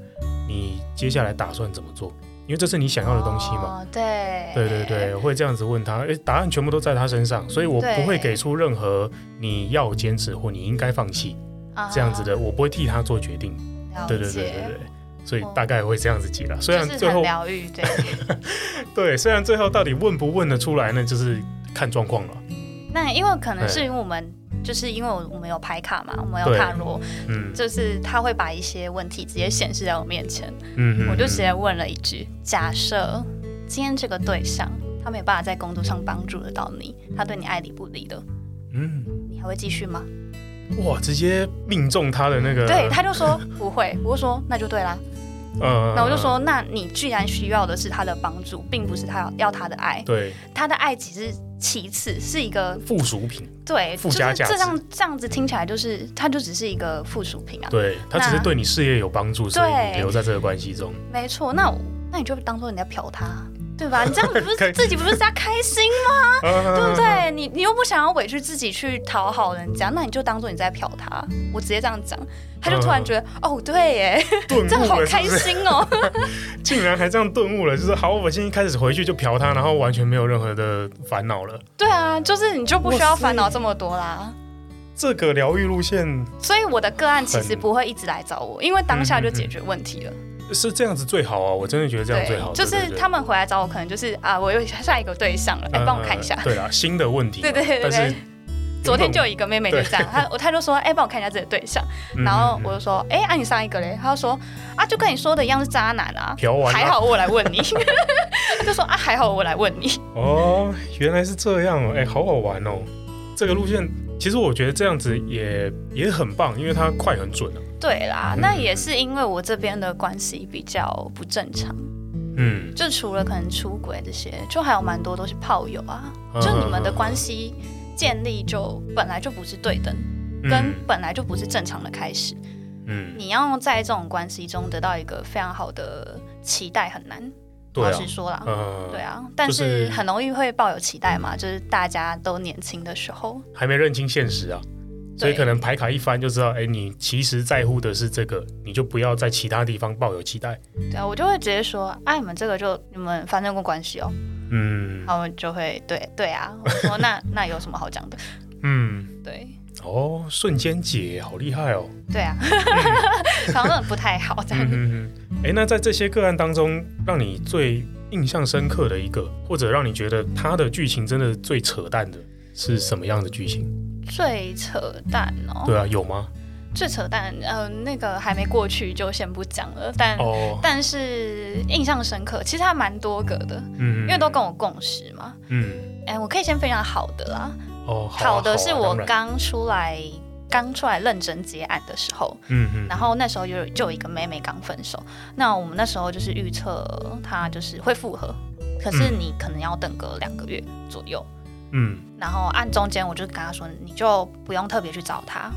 Speaker 1: 你接下来打算怎么做？因为这是你想要的东西嘛。
Speaker 2: 哦，对，
Speaker 1: 对对对，我会这样子问他，诶，答案全部都在他身上，所以我
Speaker 2: 对
Speaker 1: 不会给出任何你要坚持或你应该放弃
Speaker 2: 啊
Speaker 1: 这样子的，我不会替他做决定。
Speaker 2: 了
Speaker 1: 对对对
Speaker 2: 解哦
Speaker 1: 对对，所以大概会这样子解了。虽然
Speaker 2: 就是
Speaker 1: 最
Speaker 2: 很
Speaker 1: 后
Speaker 2: 疗愈， 对，
Speaker 1: 对，虽然最后到底问不问得出来呢，就是看状况了。
Speaker 2: 那因为可能
Speaker 1: 对
Speaker 2: 是因为我们，就是因为我们有牌卡嘛，我们有
Speaker 1: 对
Speaker 2: 塔罗，
Speaker 1: 嗯
Speaker 2: 就是他会把一些问题直接显示在我面前，
Speaker 1: 嗯，嗯
Speaker 2: 我就直
Speaker 1: 嗯
Speaker 2: 接问了一句：假设今天这个对象他没有办法在工作上帮助得到你，他对你爱理不理的，
Speaker 1: 嗯。
Speaker 2: 你还会继续吗？
Speaker 1: 哇，直接命中他的那个。
Speaker 2: 对，他就说不会， 我就说那就对啦。
Speaker 1: 嗯
Speaker 2: 那我就，说，那你居然需要的是他的帮助，并不是他要他的爱，
Speaker 1: 对，
Speaker 2: 他的爱只是其次，是一个
Speaker 1: 附属品，
Speaker 2: 对，
Speaker 1: 附
Speaker 2: 就
Speaker 1: 加
Speaker 2: 是
Speaker 1: 价值
Speaker 2: 这样这样子听起来就是，他就只是一个附属品啊。
Speaker 1: 对他只是
Speaker 2: 那
Speaker 1: 对你事业有帮助，所以你
Speaker 2: 对
Speaker 1: 留在这个关系中。
Speaker 2: 没错，那我那 你就当做你在嫖他，对吧？你这样不
Speaker 1: 可
Speaker 2: 是
Speaker 1: 以
Speaker 2: 自己不是在开心吗？
Speaker 1: 对
Speaker 2: 啊
Speaker 1: 啊
Speaker 2: 对不？对？你你又不想要委屈自己去讨好人家，那你就当做你在嫖他。我直接这样讲，他就突然觉得、哦，对 耶，
Speaker 1: 顿悟了
Speaker 2: 这样好开
Speaker 1: 嗯是不是
Speaker 2: 心哦。
Speaker 1: 竟然还这样顿悟了，就是好，我今天开始回去就嫖他，然后完全没有任何的烦恼了。
Speaker 2: 对啊，就是你就不需
Speaker 1: 哇
Speaker 2: 要
Speaker 1: 塞
Speaker 2: 烦恼这么多啦。
Speaker 1: 这个疗愈路线
Speaker 2: 所以我的个案其实
Speaker 1: 很
Speaker 2: 不会一直来找我，因为当下就解决问题了。
Speaker 1: 是这样子最好啊，我真的觉得嗯这样最好。
Speaker 2: 就
Speaker 1: 对对
Speaker 2: 是
Speaker 1: 对
Speaker 2: 他们回来找我，可能就是啊，我有下一个对象了，哎、帮我看一下
Speaker 1: 嗯。对啦，新的问题
Speaker 2: 对
Speaker 1: 嘛。
Speaker 2: 对对对
Speaker 1: 但是
Speaker 2: 昨天就有一个妹妹就这样，她我她就说，哎、帮我看一下自己的对象。
Speaker 1: 嗯
Speaker 2: 然后
Speaker 1: 嗯
Speaker 2: 我就说，哎、啊你上一个嘞？她就说，啊就跟你说的一样是渣男啊，
Speaker 1: 嫖完啦
Speaker 2: 还好我来问你， 她就说啊还好我来问你，
Speaker 1: 哦，原来是这样哦，哎、好好玩哦。这个路线其实我觉得这样子也也很棒，因为它快很准啊。
Speaker 2: 对啦，
Speaker 1: 嗯
Speaker 2: 那也是因为我这边的关系比较不正常，
Speaker 1: 嗯，
Speaker 2: 就除了可能出轨这些，就还有蛮多都是炮友啊，
Speaker 1: 嗯
Speaker 2: 就你们的关系建立就本来就不是对等，
Speaker 1: 嗯
Speaker 2: 跟本来就不是正常的开始，
Speaker 1: 嗯，嗯
Speaker 2: 你要在这种关系中得到一个非常好的期待很难，
Speaker 1: 对
Speaker 2: 老
Speaker 1: 啊
Speaker 2: 实，说啦。
Speaker 1: 嗯，
Speaker 2: 对，啊，但是
Speaker 1: 是
Speaker 2: 很容易会抱有期待嘛，就是大家都年轻的时候，
Speaker 1: 还没认清现实啊。所以
Speaker 2: 对
Speaker 1: 可能牌卡一翻就知道，哎、你其实在乎的是这个，你就不要在其他地方抱有期待。
Speaker 2: 对啊，我就会直接说，啊，你们这个就你们发生过关系哦，
Speaker 1: 嗯
Speaker 2: 他们就会对对啊，我说那那有什么好讲的？
Speaker 1: 嗯，
Speaker 2: 对
Speaker 1: 哦，瞬间解，好厉害哦。
Speaker 2: 对啊， 好像不太好这样
Speaker 1: 嗯。嗯嗯。哎、那在这些个案当中，让你最印象深刻的一个，或者让你觉得它的剧情真的最扯淡的是什么样的剧情？
Speaker 2: 最扯淡哦，
Speaker 1: 对啊，有吗？
Speaker 2: 最扯淡，呃，那个还没过去就先不讲了，但、
Speaker 1: 哦，
Speaker 2: 但是印象深刻，其实还蛮多个的，
Speaker 1: 嗯，
Speaker 2: 因为都跟我共识嘛。
Speaker 1: 嗯，
Speaker 2: 哎、我可以先分享好的啦，
Speaker 1: 哦，好啊、
Speaker 2: 好的
Speaker 1: 啊
Speaker 2: 是我
Speaker 1: 当然
Speaker 2: 刚出来。刚出来认真接案的时候，
Speaker 1: 嗯嗯，
Speaker 2: 然后那时候就有就有一个妹妹刚分手，那我们那时候就是预测她就是会复合，可是
Speaker 1: 嗯
Speaker 2: 你可能要等个两个月左右。
Speaker 1: 嗯
Speaker 2: 然后按中间我就跟她说，你就不用特别去找她，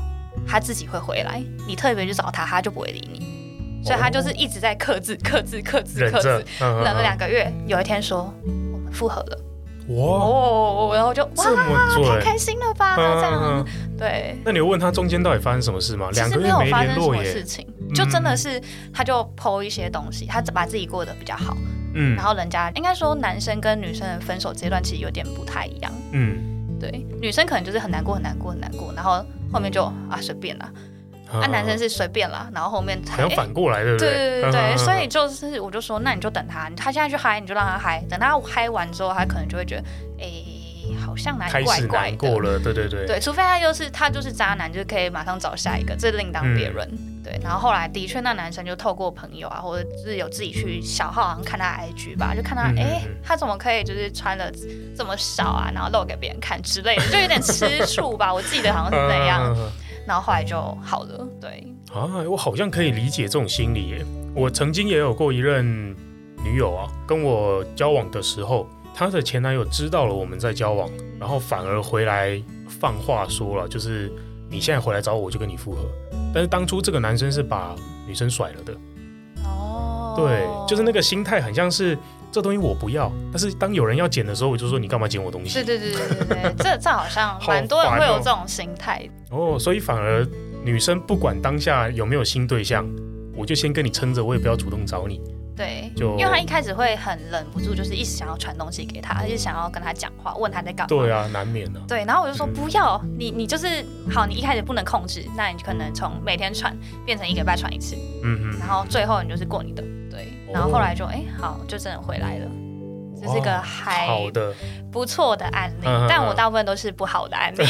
Speaker 2: 她自己会回来。你特别去找她，她就不会理你。所以她就是一直在克制、克制、克制、
Speaker 1: 忍
Speaker 2: 克
Speaker 1: 着
Speaker 2: 制，，
Speaker 1: 嗯
Speaker 2: 忍了两，个月，有一天说我们复合了，
Speaker 1: 嗯嗯哇，
Speaker 2: 哦，然后就哇
Speaker 1: 这，么
Speaker 2: 太
Speaker 1: 准。
Speaker 2: 开心了吧，
Speaker 1: 嗯
Speaker 2: 这
Speaker 1: 嗯
Speaker 2: 样
Speaker 1: 嗯
Speaker 2: 对。
Speaker 1: 那你有问他中间到底发生什么事吗？
Speaker 2: 其
Speaker 1: 两
Speaker 2: 实
Speaker 1: 个
Speaker 2: 没
Speaker 1: 月
Speaker 2: 有发生
Speaker 1: 联
Speaker 2: 什
Speaker 1: 络
Speaker 2: 么事
Speaker 1: 耶，嗯
Speaker 2: 情，就真的是他就剖一些东西，他把自己过得比较好，
Speaker 1: 嗯
Speaker 2: 然后人家应该说男生跟女生的分手阶段其实有点不太一样，
Speaker 1: 嗯，
Speaker 2: 对，女生可能就是很难过很难过很难过，然后后面就啊随便啦，
Speaker 1: 啊
Speaker 2: 啊男生是随便啦，然后后面才
Speaker 1: 好像
Speaker 2: 哎
Speaker 1: 反嗯过来，对不
Speaker 2: 对对
Speaker 1: 对
Speaker 2: 对对，所以就是我就说，那你就等他，他现在去嗨，你就让他嗨，等他嗨完之后，他可能就会觉得，哎，好像哪
Speaker 1: 开
Speaker 2: 里怪
Speaker 1: 始
Speaker 2: 怪
Speaker 1: 难过
Speaker 2: 的。
Speaker 1: 了，对对对，
Speaker 2: 对，除非他就是他就是渣男，就可以马上找下一个，这另当别论。
Speaker 1: 嗯
Speaker 2: 对，然后后来的确，那男生就透过朋友啊，或者是有自己去小号，好像看他的 IG 吧，就看他，
Speaker 1: 嗯嗯嗯
Speaker 2: 哎、他怎么可以就是穿的这么少啊，然后露给别人看之类的，就有点吃醋 吧，我记得好像是那样。
Speaker 1: 啊
Speaker 2: 然后后来就好了，对，
Speaker 1: 啊，我好像可以理解这种心理耶。我曾经也有过一任女友啊，跟我交往的时候，她的前男友知道了我们在交往，然后反而回来放话说了，就是你现在回来找我，我就跟你复合。但是当初这个男生是把女生甩了的，
Speaker 2: 哦，
Speaker 1: 对，就是那个心态很像是这东西我不要，但是当有人要捡的时候，我就说你干嘛捡我东西？
Speaker 2: 对对对对对 对，这这好像
Speaker 1: 好
Speaker 2: 蛮多人
Speaker 1: 烦
Speaker 2: 会有
Speaker 1: 哦
Speaker 2: 这种心态。
Speaker 1: 哦，所以反而女生不管当下有没有新对象，我就先跟你撑着，我也不要主动找你。
Speaker 2: 对，
Speaker 1: 哦就
Speaker 2: 因为他一开始会很忍不住，就是一直想要传东西给他，一直想要跟他讲话，问他在干嘛。
Speaker 1: 对啊，难免啊。
Speaker 2: 对然后我就说
Speaker 1: 嗯
Speaker 2: 不要，你你就是好，你一开始不能控制，那你可能从每天传变成一个礼拜传一次，
Speaker 1: 嗯嗯。
Speaker 2: 然后最后你就是过你的，对，然后后来就哎、好，就真的回来了，这是个
Speaker 1: 哦哇好
Speaker 2: 还
Speaker 1: 的，
Speaker 2: 不错的案例，
Speaker 1: 嗯嗯嗯
Speaker 2: 但我大部分都是不好的案 例，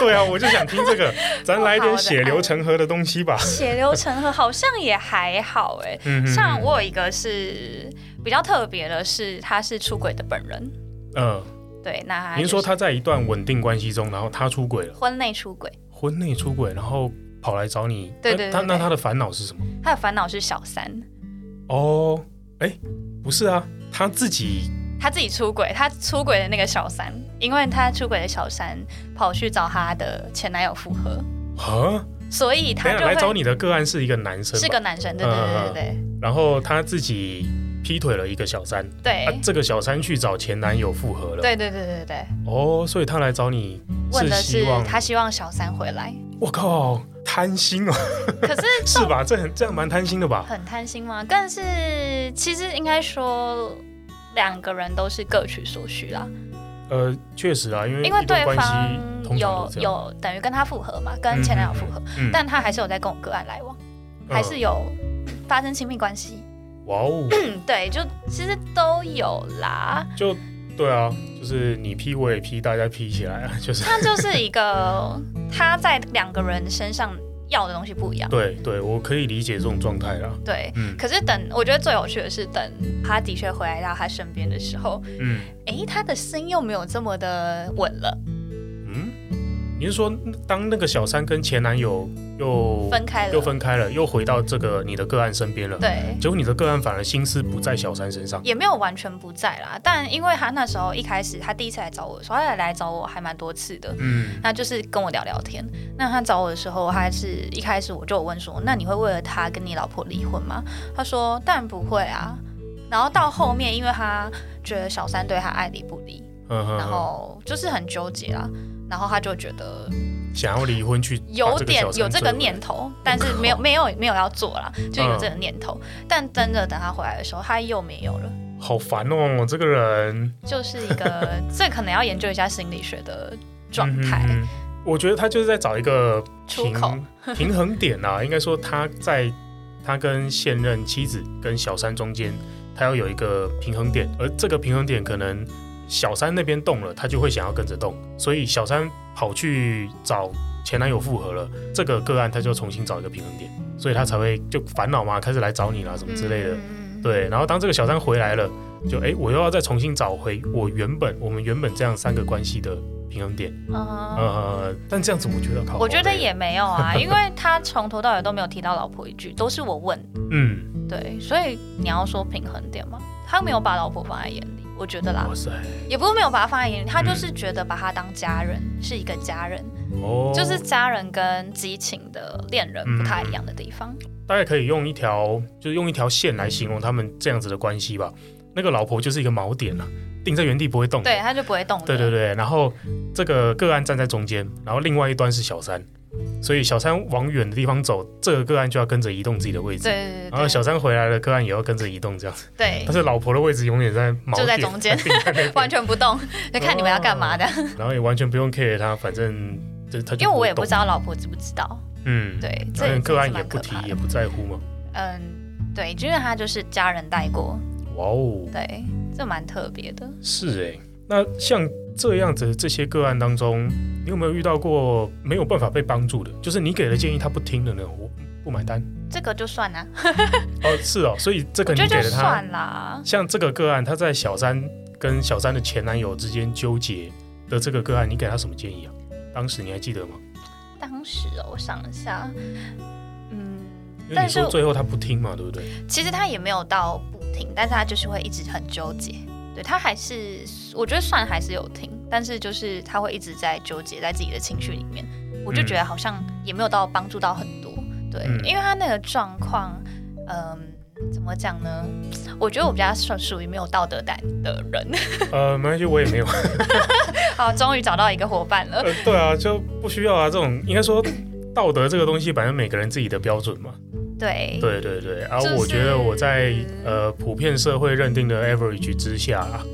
Speaker 1: 对啊，我就想听这个， 咱来点血流成河的东西吧。
Speaker 2: 血流成河好像也还好哎、
Speaker 1: 嗯
Speaker 2: 像，我有一个是比较特别的是，他是出轨的本人，
Speaker 1: 嗯，
Speaker 2: 对，那他
Speaker 1: 您
Speaker 2: 就
Speaker 1: 说
Speaker 2: 是
Speaker 1: 他在一段稳定关系中，然后他出轨了，
Speaker 2: 婚内出轨，
Speaker 1: 婚内出轨，然后跑来找你，
Speaker 2: 对
Speaker 1: 那
Speaker 2: 对对
Speaker 1: 他
Speaker 2: 对
Speaker 1: 那他的烦恼是什么？
Speaker 2: 他的烦恼是小三，
Speaker 1: 哦，哎，不是啊，他自己，
Speaker 2: 他自己出轨，他出轨的那个小三，因为他出轨的小三跑去找他的前男友复合，
Speaker 1: 啊，
Speaker 2: 所以
Speaker 1: 等
Speaker 2: 他
Speaker 1: 一
Speaker 2: 就
Speaker 1: 下来找
Speaker 2: 会
Speaker 1: 你的个案是一个男生吧，
Speaker 2: 是个男生，对对对对对，
Speaker 1: 然后他自己劈腿了一个小三，
Speaker 2: 对
Speaker 1: 啊，这个小三去找前男友复合了，
Speaker 2: 对对对对对，
Speaker 1: 哦，所以他来找你
Speaker 2: 问
Speaker 1: 是
Speaker 2: 的
Speaker 1: 希
Speaker 2: 是
Speaker 1: 望，
Speaker 2: 他希望小三回来，
Speaker 1: 我靠，贪心哦，
Speaker 2: 可是
Speaker 1: 是吧？这很这样蛮贪心的吧？
Speaker 2: 很贪心吗？但是其实应该说两个人都是各取所需啦，
Speaker 1: 呃，确实啊，因为
Speaker 2: 因为
Speaker 1: 一
Speaker 2: 对
Speaker 1: 段关
Speaker 2: 方
Speaker 1: 系通常
Speaker 2: 有
Speaker 1: 都这样，
Speaker 2: 有等于跟他复合嘛，跟前男友复合，
Speaker 1: 嗯
Speaker 2: 但他还是有在跟我个案来往，还是
Speaker 1: 嗯
Speaker 2: 有发生亲密关系，
Speaker 1: 哇 哦，
Speaker 2: 嗯，对，就其实都有啦。
Speaker 1: 就对啊，就是你劈我也劈，大家劈起来啊，就是
Speaker 2: 它就是一个他在两个人身上要的东西不一样，
Speaker 1: 对对，我可以理解这种状态啦。
Speaker 2: 对。
Speaker 1: 嗯
Speaker 2: 可是等，我觉得最有趣的是，等他的确回来到他身边的时候，
Speaker 1: 嗯
Speaker 2: 诶，他的心又没有这么的稳了，
Speaker 1: 嗯，你是说当那个小三跟前男友又
Speaker 2: 分开
Speaker 1: 又
Speaker 2: 了，
Speaker 1: 分开了，又回到这个你的个案身边了？
Speaker 2: 对，
Speaker 1: 结果你的个案反而心思不在小三身上。
Speaker 2: 也没有完全不在啦。但因为他那时候一开始，他第一次来找我的时候，他来找我还蛮多次的，
Speaker 1: 嗯
Speaker 2: 那就是跟我聊聊天。那他找我的时候，他是一开始我就有问说，那你会为了他跟你老婆离婚吗？他说当然不会啊。然后到后面，因为他觉得小三对他爱理不理，
Speaker 1: 嗯
Speaker 2: 然
Speaker 1: 嗯，
Speaker 2: 后就是很纠结啦。然后他就觉得
Speaker 1: 想要离婚去
Speaker 2: 有
Speaker 1: 把这个
Speaker 2: 点
Speaker 1: 小三哦
Speaker 2: 有这个
Speaker 1: 追回
Speaker 2: 念头，但是没有没有没有要做啦，就有这个念头。
Speaker 1: 嗯
Speaker 2: 但真的等他回来的时候，他又没有了，
Speaker 1: 好烦哦，这个人
Speaker 2: 就是一 个这可能要研究一下心理学的状态。
Speaker 1: 嗯嗯嗯我觉得他就是在找一个
Speaker 2: 出口
Speaker 1: 平平衡点啊， 应该说他在他跟现任妻子跟小三中间，他要有一个平衡点，而这个平衡点可能小三那边动了，他就会想要跟着动，所以小三跑去找前男友复合了，这个个案他就重新找一个平衡点，所以他才会就烦恼嘛，开始来找你啦什么之类的。
Speaker 2: 嗯，
Speaker 1: 对，然后当这个小三回来了，就哎，我又要再重新找回我原本我们原本这样三个关系的平衡点。
Speaker 2: 嗯嗯
Speaker 1: 呃，但这样子我觉得靠，
Speaker 2: 我觉得，也没有啊，因为他从头到尾都没有提到老婆一句，都是我问。
Speaker 1: 嗯，
Speaker 2: 对，所以你要说平衡点嘛，他没有把老婆放在眼里，我觉得啦
Speaker 1: 哇，塞，
Speaker 2: 也不是没有把她放在眼里，他就是觉得把她当家人，是一个家人，
Speaker 1: 哦，
Speaker 2: 就是家人跟激情的恋人不太一样的地方。
Speaker 1: 大概可以用一条，就是用一条线来形容他们这样子的关系吧。那个老婆就是一个锚点啊，定在原地不会动。
Speaker 2: 对，他就不会动的。
Speaker 1: 对对对，然后这个个案站在中间，然后另外一端是小三，所以小三往远的地方走，这个个案就要跟着移动自己的位置。
Speaker 2: 对对
Speaker 1: 然后
Speaker 2: 对
Speaker 1: 小三回来了，个案也要跟着移动，这样子。
Speaker 2: 对
Speaker 1: 但，是老婆的位置永远在锚
Speaker 2: 就在
Speaker 1: 点
Speaker 2: 中间
Speaker 1: 定在那边
Speaker 2: 完全不动，就看你们要干嘛的。
Speaker 1: 然后也完全不用 care 他，反正这他就
Speaker 2: 因为我也不
Speaker 1: 动
Speaker 2: 知，道老婆知不知道。
Speaker 1: 嗯，
Speaker 2: 对，这
Speaker 1: 反正个案
Speaker 2: 这
Speaker 1: 也
Speaker 2: 是蛮
Speaker 1: 不
Speaker 2: 可
Speaker 1: 提
Speaker 2: 怕的
Speaker 1: 也不在乎嘛。
Speaker 2: 嗯，对，因为他就是家人带过，
Speaker 1: 哇哦，
Speaker 2: 对，这蛮特别的。
Speaker 1: 是哎、那像这样子的这些个案当中，你有没有遇到过没有办法被帮助的？就是你给的建议他不听的呢？我不买单。
Speaker 2: 这个就算啦，
Speaker 1: 哦，是哦，所以这
Speaker 2: 我
Speaker 1: 个你
Speaker 2: 觉得
Speaker 1: 给
Speaker 2: 就
Speaker 1: 了他，
Speaker 2: 算啦。
Speaker 1: 像这个个案，他在小三跟小三的前男友之间纠结的这个个案，你给他什么建议啊？当时你还记得吗？
Speaker 2: 当时哦，我想一下，嗯，
Speaker 1: 因为
Speaker 2: 但
Speaker 1: 你说
Speaker 2: 是
Speaker 1: 最后他不听 嘛，对不对？
Speaker 2: 其实他也没有到不听，但是他就是会一直很纠结。对他还是，我觉得算还是有听，但是就是他会一直在纠结在自己的情绪里面，我就
Speaker 1: 嗯
Speaker 2: 觉得好像也没有到帮助到很多。对，
Speaker 1: 嗯
Speaker 2: 因为他那个状况，嗯，怎么讲呢？我觉得我比较属属于没有道德感的人。
Speaker 1: 呃，没关系，我也没有。
Speaker 2: 好，终于找到一个伙伴了。
Speaker 1: 呃，对啊，就不需要啊。这种应该说道德这个东西，反正每个人自己的标准嘛。
Speaker 2: 对，
Speaker 1: 对对对，啊，
Speaker 2: 就是
Speaker 1: 我觉得我在呃普遍社会认定的 average 之下啊，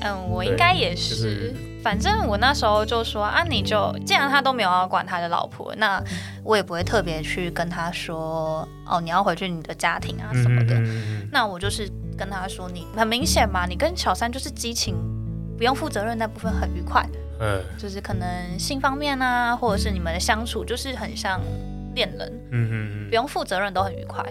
Speaker 2: 嗯，我
Speaker 1: 对
Speaker 2: 应该也。
Speaker 1: 就是是
Speaker 2: 反正我那时候就说啊，你就既然他都没有要管他的老婆，那我也不会特别去跟他说哦，你要回去你的家庭啊什么的。
Speaker 1: 嗯嗯
Speaker 2: 那我就是跟他说，你很明显嘛，你跟小三就是激情，不用负责任那部分很愉快，
Speaker 1: 嗯嗯
Speaker 2: 就是可能性方面啊，或者是你们的相处就是很像恋人，
Speaker 1: 嗯嗯
Speaker 2: 不用负责任都很愉快。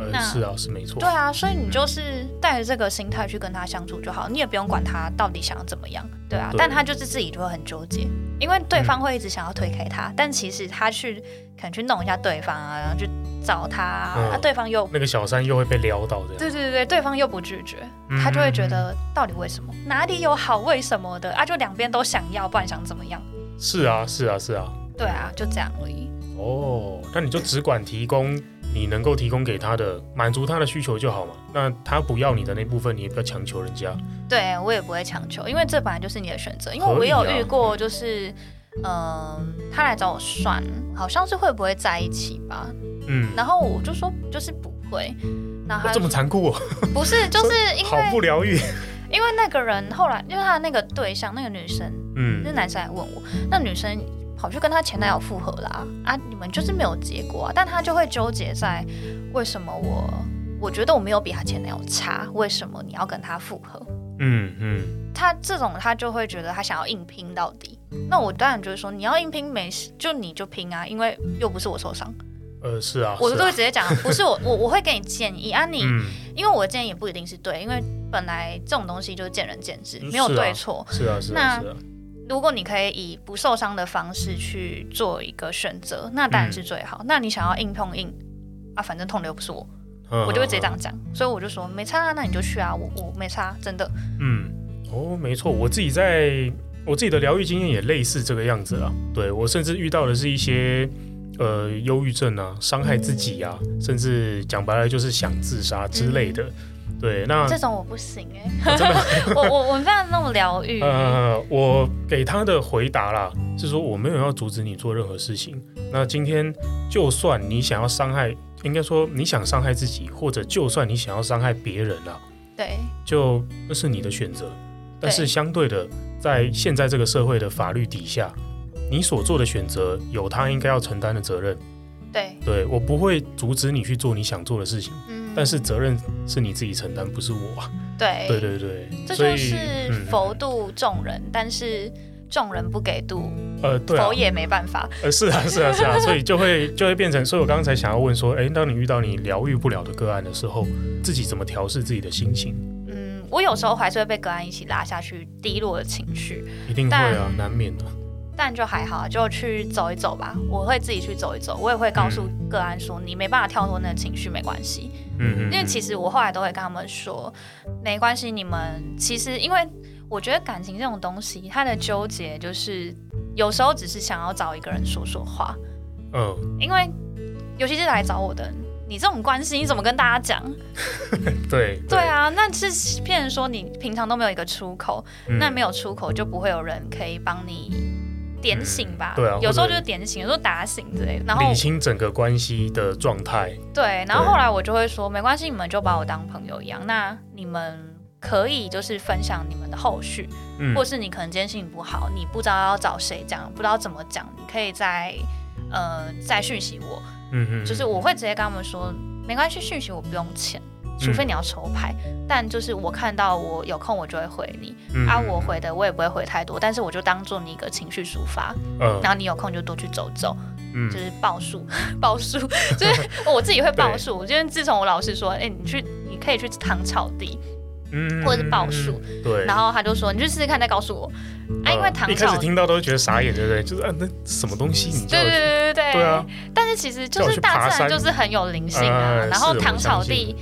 Speaker 1: 嗯，
Speaker 2: 那
Speaker 1: 呃，是啊，是没错
Speaker 2: 对。啊，所以你
Speaker 1: 嗯
Speaker 2: 就是带着这个心态去跟他相处就好，你也不用管他到底想要怎么样，对啊。
Speaker 1: 对嗯
Speaker 2: 但他就是自己就会很纠结，因为对方会一直想要推开他，但其实他去可能去弄一下对方啊，然后去找他啊，
Speaker 1: 嗯
Speaker 2: 啊对方又
Speaker 1: 那个小三又会被撩到这样，
Speaker 2: 对对对对，对方又不拒绝，
Speaker 1: 嗯
Speaker 2: 他就会觉得到底为什么，哪里有好为什么的啊？就两边都想要，不然想怎么样？
Speaker 1: 是啊，是啊，是啊。
Speaker 2: 对啊，就这样而已。
Speaker 1: 哦，那你就只管提供你能够提供给他的，满足他的需求就好嘛。那他不要你的那部分，你也不要强求人家。
Speaker 2: 对我也不会强求，因为这本来就是你的选择。因为
Speaker 1: 合
Speaker 2: 我
Speaker 1: 理啊
Speaker 2: 有遇过，就是嗯、他来找我算，好像是会不会在一起吧，
Speaker 1: 嗯，
Speaker 2: 然后我就说就是不会，然后
Speaker 1: 哇
Speaker 2: 他
Speaker 1: 这
Speaker 2: 就
Speaker 1: 么残酷、哦，
Speaker 2: 不是 就是因
Speaker 1: 好
Speaker 2: 为
Speaker 1: 不疗愈。
Speaker 2: 因为那个人后来因为他那个对象那个女生，那
Speaker 1: 嗯，
Speaker 2: 男生来问我，那女生跑去跟他前男友复合啦啊，你们就是没有结果啊，但他就会纠结在为什么我我觉得我没有比他前男友差，为什么你要跟他复合？
Speaker 1: 嗯嗯，
Speaker 2: 他这种他就会觉得他想要硬拼到底。那我当然觉得说你要硬拼没事，就你就拼啊，因为又不是我受伤，
Speaker 1: 呃，是啊，
Speaker 2: 我
Speaker 1: 是
Speaker 2: 都
Speaker 1: 啊
Speaker 2: 会直接讲，不是我我我会给你建议啊你，
Speaker 1: 嗯，
Speaker 2: 因为我的建议也不一定是对，因为本来这种东西就是见仁见智，
Speaker 1: 嗯
Speaker 2: 没有
Speaker 1: 是啊
Speaker 2: 对错。
Speaker 1: 是啊，是啊，
Speaker 2: 那
Speaker 1: 是啊，
Speaker 2: 如果你可以以不受伤的方式去做一个选择，那当然是最好。那你想要硬碰硬啊，反正痛的又不是我，
Speaker 1: 嗯
Speaker 2: 我就会直接这。样讲。所以我就说没差、啊，那你就去啊，我我没差，真的。
Speaker 1: 嗯，哦，没错，我自己在我自己的疗愈经验也类似这个样子啦。对我甚至遇到的是一些呃忧郁症啊，伤害自己啊，甚至讲白了就是想自杀之类的。对，那
Speaker 2: 这种我不行哎、
Speaker 1: 啊嗯真 的
Speaker 2: 我我我非常那种疗愈。
Speaker 1: 呃，我给他的回答啦是说我没有要阻止你做任何事情。那今天就算你想要伤害，应该说你想伤害自己，或者就算你想要伤害别人啊啦、
Speaker 2: 对，
Speaker 1: 就那是你的选择。但是
Speaker 2: 对
Speaker 1: 相对的，在现在这个社会的法律底下，你所做的选择有他应该要承担的责任。
Speaker 2: 对，
Speaker 1: 对我不会阻止你去做你想做的事情，
Speaker 2: 嗯
Speaker 1: 但是责任是你自己承担，不是我啊。
Speaker 2: 对
Speaker 1: 对，对对，
Speaker 2: 这
Speaker 1: 所
Speaker 2: 就
Speaker 1: 以
Speaker 2: 是
Speaker 1: 嗯
Speaker 2: 佛度众人，但是众人不给度，
Speaker 1: 呃对啊
Speaker 2: 佛，也没办法。
Speaker 1: 呃是啊是啊是啊，所以就会就会变成，所以我刚才想要问说，诶，当你遇到你疗愈不了的个案的时候，自己怎么调试自己的心情？
Speaker 2: 嗯，我有时候还是会被个案一起拉下去低落的情绪。
Speaker 1: 一定会啊，
Speaker 2: 但
Speaker 1: 难免的、啊。
Speaker 2: 但就还好，就去走一走吧。我会自己去走一走，我也会告诉个案说，你没办法跳脱那个情绪没关系，
Speaker 1: 嗯嗯，
Speaker 2: 因为
Speaker 1: 嗯
Speaker 2: 其实我后来都会跟他们说，没关系，你们其实因为我觉得感情这种东西，它的纠结就是有时候只是想要找一个人说说话，
Speaker 1: 嗯
Speaker 2: 因为尤其是来找我的人。你这种关系你怎么跟大家讲？
Speaker 1: 对
Speaker 2: 对，啊，那是骗人说你平常都没有一个出口，
Speaker 1: 嗯
Speaker 2: 那没有出口就不会有人可以帮你点醒吧？
Speaker 1: 嗯对啊
Speaker 2: 有时候
Speaker 1: 或者
Speaker 2: 就是点醒，有时候打醒之类的。然后
Speaker 1: 理清整个关系的状态。
Speaker 2: 对，然后
Speaker 1: 对
Speaker 2: 后来我就会说，没关系，你们就把我当朋友一样。那你们可以就是分享你们的后续，
Speaker 1: 嗯
Speaker 2: 或是你可能今天心情不好，你不知道要找谁讲，不知道怎么讲，你可以再呃再讯息我，
Speaker 1: 嗯嗯，
Speaker 2: 就是我会直接跟他们说，没关系，讯息我不用钱。
Speaker 1: 嗯
Speaker 2: 除非你要抽牌，但就是我看到我有空我就会回你，
Speaker 1: 嗯
Speaker 2: 啊，我回的我也不会回太多，但是我就当做你一个情绪抒发，
Speaker 1: 嗯
Speaker 2: 然后你有空就多去走走，
Speaker 1: 嗯
Speaker 2: 就是报数， 报数，就是哦我自己会报数。我因为自从我老师说，哎、你去，你可以去躺草地，
Speaker 1: 嗯
Speaker 2: 或者是报数，
Speaker 1: 对，
Speaker 2: 然后他就说你去试试看再告诉我。啊，因为
Speaker 1: 嗯
Speaker 2: 躺
Speaker 1: 一开
Speaker 2: 草
Speaker 1: 始，听到都会觉得傻眼，对不对？就是啊，那什么东西你叫
Speaker 2: 对
Speaker 1: 我
Speaker 2: 对
Speaker 1: 去？
Speaker 2: 对对对
Speaker 1: 对啊，
Speaker 2: 但是其实就
Speaker 1: 叫我
Speaker 2: 是
Speaker 1: 去
Speaker 2: 大
Speaker 1: 爬
Speaker 2: 自然
Speaker 1: 山
Speaker 2: 就是很有灵性啊
Speaker 1: 呃，
Speaker 2: 然后
Speaker 1: 是我
Speaker 2: 躺
Speaker 1: 相
Speaker 2: 草
Speaker 1: 信
Speaker 2: 地。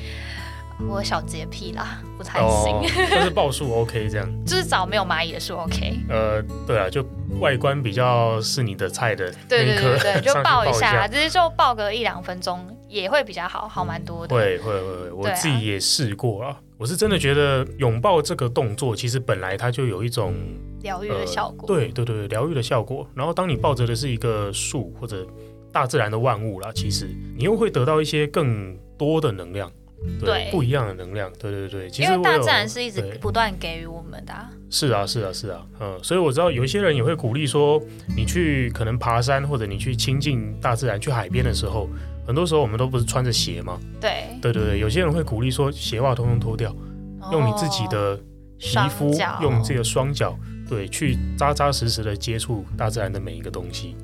Speaker 2: 我有小洁癖啦，不太行，
Speaker 1: 哦，但是报数 OK 这样，
Speaker 2: 就是找没有蚂蚁的树 OK。
Speaker 1: 呃，对啊，就外观比较是你的菜的那
Speaker 2: 对
Speaker 1: 一
Speaker 2: 对
Speaker 1: 颗，
Speaker 2: 对 对，就
Speaker 1: 上去
Speaker 2: 抱
Speaker 1: 抱
Speaker 2: 一下，
Speaker 1: 下，
Speaker 2: 只是就抱个一两分钟也会比较好，好蛮多的。
Speaker 1: 会会会，会我
Speaker 2: 对啊
Speaker 1: 自己也试过啊，我是真的觉得拥抱这个动作，其实本来它就有一种
Speaker 2: 疗愈的效果。
Speaker 1: 呃对对对，疗愈的效果。然后当你抱着的是一个树或者大自然的万物啦，其实你又会得到一些更多的能量，
Speaker 2: 对
Speaker 1: 不一样的能量。对对对，其
Speaker 2: 因
Speaker 1: 实
Speaker 2: 为
Speaker 1: 我
Speaker 2: 大
Speaker 1: 有
Speaker 2: 自然是一直
Speaker 1: 对
Speaker 2: 不断给予我们的、啊，
Speaker 1: 是啊是啊是啊，嗯，所以我知道有一些人也会鼓励说，你去可能爬山或者你去亲近大自然，去海边的时候，很多时候我们都不是穿着鞋吗？
Speaker 2: 对，
Speaker 1: 对对对，有些人会鼓励说，鞋袜通通脱掉，用你自己
Speaker 2: 哦
Speaker 1: 的皮
Speaker 2: 双
Speaker 1: 肤
Speaker 2: 脚，
Speaker 1: 用自己的双脚，对，去扎扎实实的接触大自然的每一个东西，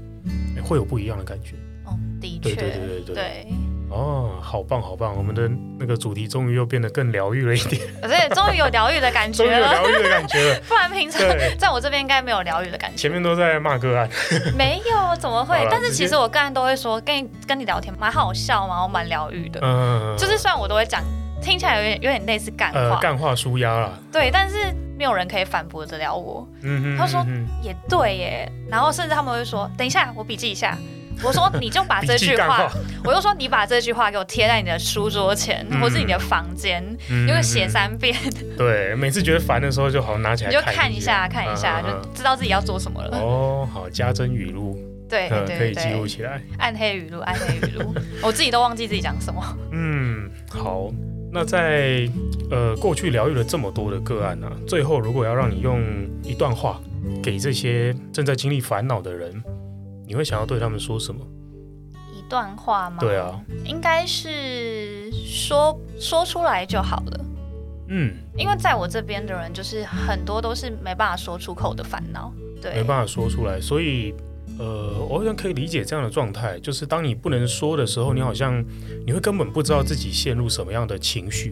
Speaker 1: 哎会有不一样的感觉。
Speaker 2: 哦，的
Speaker 1: 对
Speaker 2: 确，
Speaker 1: 对对对对。
Speaker 2: 对
Speaker 1: 哦，好棒好棒，我们的那个主题终于又变得更疗愈了一点，
Speaker 2: 而且终于有疗愈的感
Speaker 1: 终于
Speaker 2: 觉
Speaker 1: 有
Speaker 2: 了，
Speaker 1: 疗愈的感觉了。
Speaker 2: 不然平常
Speaker 1: 对，
Speaker 2: 在我这边应该没有疗愈的感觉，
Speaker 1: 前面都在骂个案，
Speaker 2: 没有，怎么
Speaker 1: 好
Speaker 2: 会
Speaker 1: 啦？
Speaker 2: 但是
Speaker 1: 直接
Speaker 2: 其实我个人都会说，跟你跟你聊天蛮好笑嘛，我蛮疗愈的，
Speaker 1: 嗯，
Speaker 2: 就是虽然我都会讲，听起来有点有点类似干
Speaker 1: 呃
Speaker 2: 话，
Speaker 1: 干话舒压啦。
Speaker 2: 对，但是没有人可以反驳得了我，
Speaker 1: 嗯哼，
Speaker 2: 他说
Speaker 1: 嗯
Speaker 2: 也对耶，然后甚至他们会说，等一下，我笔记一下，我说你就把
Speaker 1: 笔
Speaker 2: 这
Speaker 1: 记
Speaker 2: 句
Speaker 1: 干
Speaker 2: 话，我就说你把这句话给我贴在你的书桌前，
Speaker 1: 嗯
Speaker 2: 或是你的房间，
Speaker 1: 嗯
Speaker 2: 你会写三遍，
Speaker 1: 对，每次觉得烦的时候就好拿起 来
Speaker 2: 你就看一下看一下，
Speaker 1: 嗯嗯
Speaker 2: 就知道自己要做什么
Speaker 1: 嗯
Speaker 2: 了。
Speaker 1: 哦，好，加针语录，
Speaker 2: 对
Speaker 1: 嗯，可
Speaker 2: 对
Speaker 1: 以记录
Speaker 2: 对，
Speaker 1: 起来。
Speaker 2: 暗黑语录，暗黑语 录，我自己都忘记自己讲什么。
Speaker 1: 嗯，好。那在呃过去疗愈了这么多的个案呢、啊，最后如果要让你用一段话给这些正在经历烦恼的人，你会想要对他们说什么？
Speaker 2: 一段话吗？
Speaker 1: 对，啊，
Speaker 2: 应该是说说出来就好了。
Speaker 1: 嗯，
Speaker 2: 因为在我这边的人，就是很多都是没办法说出口的烦恼。
Speaker 1: 没
Speaker 2: 对，
Speaker 1: 办法说出来，所以呃，我好像可以理解这样的状态，就是当你不能说的时候，你好像你会根本不知道自己陷入什么样的情绪，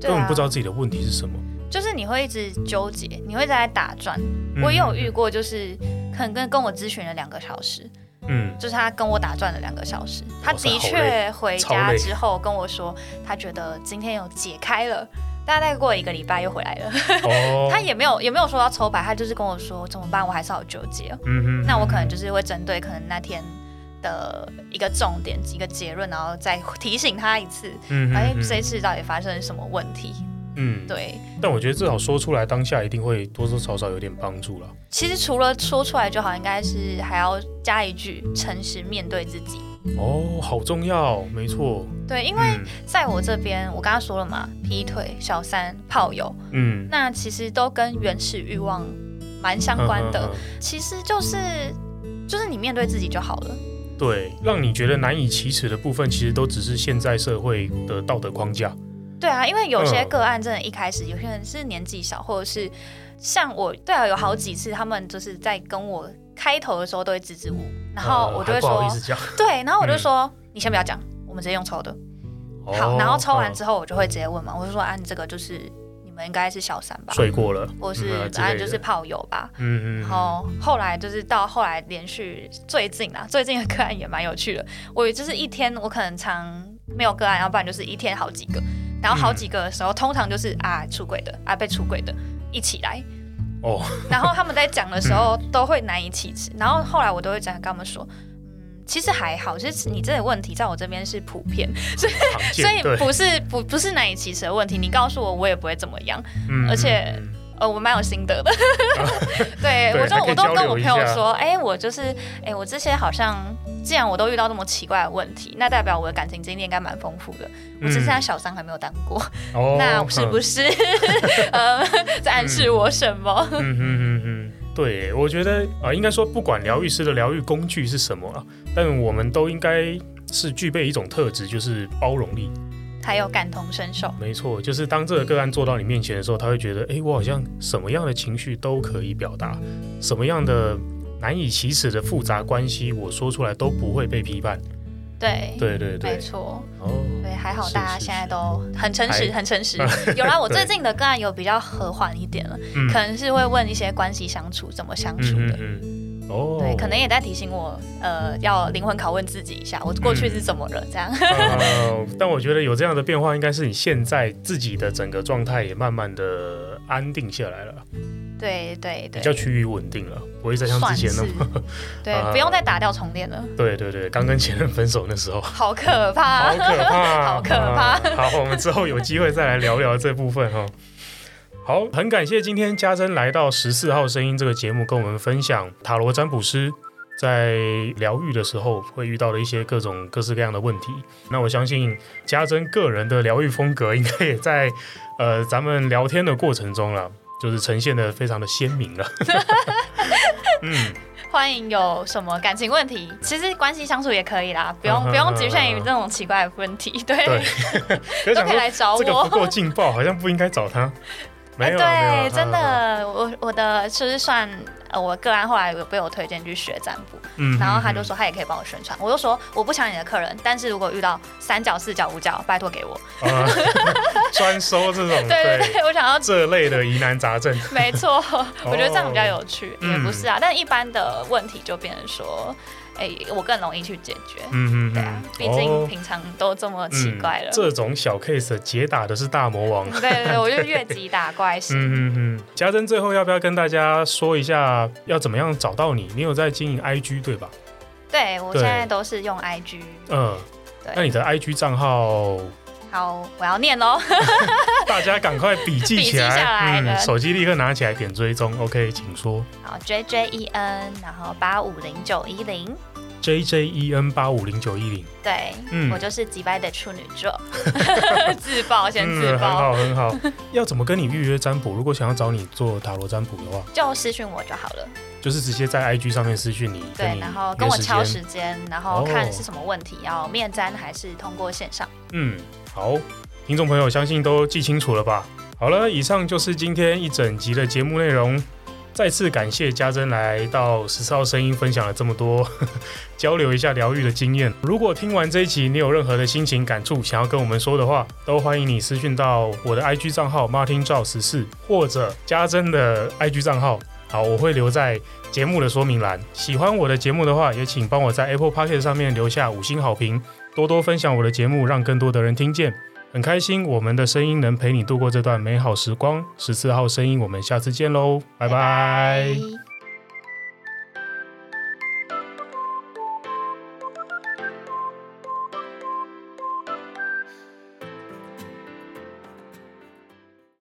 Speaker 2: 对
Speaker 1: 根本
Speaker 2: 啊
Speaker 1: 不知道自己的嗯问题是什么。
Speaker 2: 就是你会一直纠结，你会在打转。我也有遇过，就是可能跟跟我咨询了两个小时，
Speaker 1: 嗯，
Speaker 2: 就是他跟我打转了两个小时。他
Speaker 1: 哇塞
Speaker 2: 的
Speaker 1: 好
Speaker 2: 确
Speaker 1: 累
Speaker 2: 回
Speaker 1: 超
Speaker 2: 家
Speaker 1: 累
Speaker 2: 之后跟我说，他觉得今天有解开了。大概过一个礼拜又回来了，
Speaker 1: 嗯嗯哦，
Speaker 2: 他也没有也没有说要抽牌，他就是跟我说怎么办，我还是好纠结哦。
Speaker 1: 嗯哼
Speaker 2: 那我可能就是会针对可能那天的一个重点、一个结论，然后再提醒他一次，
Speaker 1: 嗯
Speaker 2: 哎、
Speaker 1: 嗯
Speaker 2: 这次到底发生了什么问题？
Speaker 1: 嗯，
Speaker 2: 对，
Speaker 1: 但我觉得至少说出来，当下一定会多多少少有点帮助了。
Speaker 2: 其实除了说出来就好，应该是还要加一句诚实面对自己。
Speaker 1: 哦，好重要，没错。
Speaker 2: 对，因为
Speaker 1: 嗯
Speaker 2: 在我这边，我刚刚说了嘛，劈腿、小三、炮友，
Speaker 1: 嗯，
Speaker 2: 那其实都跟原始欲望蛮相关的
Speaker 1: 嗯。嗯嗯
Speaker 2: 其实就是就是你面对自己就好了。
Speaker 1: 嗯对，让你觉得难以启齿的部分，其实都只是现在社会的道德框架。
Speaker 2: 对啊，因为有些
Speaker 1: 嗯
Speaker 2: 个案真的一开始，有些人是年纪小，或者是像我，对啊，有好几次他们就是在跟我开头的时候都会支支吾吾，然后
Speaker 1: 呃
Speaker 2: 我就会
Speaker 1: 还不
Speaker 2: 说，
Speaker 1: 好意思嗯讲。
Speaker 2: 对，然后我就说、你先不要讲，我们直接用抽的。好，然后
Speaker 1: 哦
Speaker 2: 抽完之
Speaker 1: 后、
Speaker 2: 后我就会直接问嘛，我就说啊，你这个就是你们应该是小三吧，
Speaker 1: 睡过了，
Speaker 2: 或是
Speaker 1: 嗯啊之
Speaker 2: 啊
Speaker 1: 类
Speaker 2: 就
Speaker 1: 的
Speaker 2: 是炮友吧。
Speaker 1: 嗯嗯，
Speaker 2: 然后后来就是到后来连续最近啊，最近的个案也蛮有趣的。我就是一天我可能常没有个案，要不然就是一天好几个，然后好几个的时候，通常就是啊出轨的啊被出轨的一起来。
Speaker 1: 哦，
Speaker 2: 然后他们在讲的时候都会难以启齿，然后后来我都会这样跟他们说。嗯，其实还好，就是你这个问题在我这边是普遍，
Speaker 1: 常见，
Speaker 2: 所以
Speaker 1: 对，
Speaker 2: 不是不不是难以启齿的问题。你告诉我，我也不会怎么样。
Speaker 1: 嗯
Speaker 2: 而且
Speaker 1: 嗯嗯
Speaker 2: 呃，我蛮有心 得的，对
Speaker 1: 对
Speaker 2: 我就
Speaker 1: 还可以
Speaker 2: 我都
Speaker 1: 交
Speaker 2: 跟我
Speaker 1: 流
Speaker 2: 朋
Speaker 1: 一
Speaker 2: 友
Speaker 1: 下
Speaker 2: 说，哎、我就是哎、我这些好像，既然我都遇到这么奇怪的问题，那代表我的感情经历应该蛮丰富的。我只是在小三还没有当过，
Speaker 1: 嗯哦，
Speaker 2: 那是不
Speaker 1: 是？
Speaker 2: 是呃在暗示我什么？
Speaker 1: 嗯嗯嗯嗯，对，我觉得啊、呃应该说不管疗愈师的疗愈工具是什么啊，但我们都应该是具备一种特质，就是包容力。
Speaker 2: 还有感同身受，
Speaker 1: 没错，就是当这个个案坐到你面前的时候，他会觉得，哎，我好像什么样的情绪都可以表达，什么样的难以启齿的复杂关系，我说出来都不会被批判。
Speaker 2: 对
Speaker 1: 对对
Speaker 2: 没
Speaker 1: 对，
Speaker 2: 错，
Speaker 1: 哦，
Speaker 2: 对，还好
Speaker 1: 是
Speaker 2: 大家
Speaker 1: 是
Speaker 2: 现在
Speaker 1: 是
Speaker 2: 都很诚实，
Speaker 1: 还嗯
Speaker 2: 很诚实。有 啦，我最
Speaker 1: 对
Speaker 2: 近的个案有比较和缓一点了，
Speaker 1: 嗯
Speaker 2: 可能是会问一些关系相处怎么相处的。
Speaker 1: 嗯嗯嗯，哦，
Speaker 2: 对，可能也在提醒我，呃，要灵魂拷问自己一下，我过去是怎么了？这样，
Speaker 1: 呃，但我觉得有这样的变化，应该是你现在自己的整个状态也慢慢的安定下来了，
Speaker 2: 对对
Speaker 1: 比
Speaker 2: 对，
Speaker 1: 较趋于稳定了，不会再像之前那么。
Speaker 2: 么，对，
Speaker 1: 啊
Speaker 2: 不用再打掉重练了，
Speaker 1: 对对对，刚跟前任分手那时候，
Speaker 2: 好可怕
Speaker 1: 好，可怕，
Speaker 2: 好可怕
Speaker 1: 啊 好，我们之后有机会再来聊聊这部分哈。哦好，很感谢今天嘉珍来到十四号声音这个节目，跟我们分享塔罗占卜师在疗愈的时候会遇到的一些各种各式各样的问题。那我相信嘉珍个人的疗愈风格应该也在呃咱们聊天的过程中 了，就是呈现的非常的鲜明啊了。嗯，
Speaker 2: 欢迎有什么感情问题，其实关系相处也可以啦，不用
Speaker 1: 嗯哼
Speaker 2: 不用局限于这种奇怪的问题， 对
Speaker 1: 对， 可
Speaker 2: 都
Speaker 1: 是想
Speaker 2: 可以
Speaker 1: 说
Speaker 2: 来找
Speaker 1: 这个不
Speaker 2: 我。
Speaker 1: 够劲爆，好像不应该找他。没有，啊没有
Speaker 2: 哎
Speaker 1: 嗯
Speaker 2: 对，真，
Speaker 1: 哈哈
Speaker 2: 的，我我的就是算呃，我个案后来有被我推荐去学占卜，
Speaker 1: 嗯
Speaker 2: 然后他
Speaker 1: 嗯
Speaker 2: 就
Speaker 1: 嗯
Speaker 2: 说他也可以帮我宣传，我就说我不抢你的客人，但是如果遇到三角、四角、五角，拜托给我。
Speaker 1: 啊， 专收这种
Speaker 2: 对对对，我想要
Speaker 1: 这类的疑难杂症。
Speaker 2: 没错，
Speaker 1: 哦
Speaker 2: 我觉得这样比较有趣，也不是
Speaker 1: 嗯
Speaker 2: 啊。但一般的问题就变成说，哎、我更容易去解决。
Speaker 1: 嗯嗯
Speaker 2: 对啊
Speaker 1: 嗯，，
Speaker 2: 毕竟
Speaker 1: 哦
Speaker 2: 平常都这么奇怪了。
Speaker 1: 嗯这种小 case 解打的是大魔王。
Speaker 2: 对对对，我就越级打怪型。
Speaker 1: 嗯嗯嗯，家珍最后要不要跟大家说一下要怎么样找到你？你有在经营 IG 对吧？
Speaker 2: 对我
Speaker 1: 对
Speaker 2: 现在都是用 IG。
Speaker 1: 嗯，
Speaker 2: 对
Speaker 1: 那你的 IG 账 号，
Speaker 2: 好，我要念喽。
Speaker 1: 大家赶快笔记
Speaker 2: 笔
Speaker 1: 起
Speaker 2: 记
Speaker 1: 来，
Speaker 2: 下来了
Speaker 1: 嗯，手机立刻拿起来点追踪。OK，请说
Speaker 2: 好，J J E N，然后八五零九一零。
Speaker 1: J J E N 八五零九一零，
Speaker 2: 对，
Speaker 1: 嗯
Speaker 2: 我就是击败的处女 座，自爆先自
Speaker 1: 嗯很
Speaker 2: 爆，
Speaker 1: 好很好。要怎么跟你预约占卜？如果想要找你做塔罗占卜的话，
Speaker 2: 就私讯我就好了。
Speaker 1: 就是直接在 IG 上面私讯你，跟
Speaker 2: 对，
Speaker 1: 你
Speaker 2: 然后
Speaker 1: 约
Speaker 2: 跟我
Speaker 1: 时
Speaker 2: 敲
Speaker 1: 间
Speaker 2: 时间，然后
Speaker 1: 哦
Speaker 2: 看是什么问题，要面占还是通过线上。
Speaker 1: 嗯，好，听众朋友相信都记清楚了吧？好了，以上就是今天一整集的节目内容。再次感谢家珍来到十四号声音分享了这么多交流一下疗愈的经验。如果听完这一集你有任何的心情感触想要跟我们说的话，都欢迎你私讯到我的 IG 账号 Martin 赵十四或者家珍的 IG 账号。好，我会留在节目的说明栏。喜欢我的节目的话，也请帮我在 Apple p o c k e t 上面留下五星好评。多多分享我的节目，让更多的人听见。很开心我们的声音能陪你度过这段美好时光。十四号声音，我们下次见喽，拜拜
Speaker 2: 拜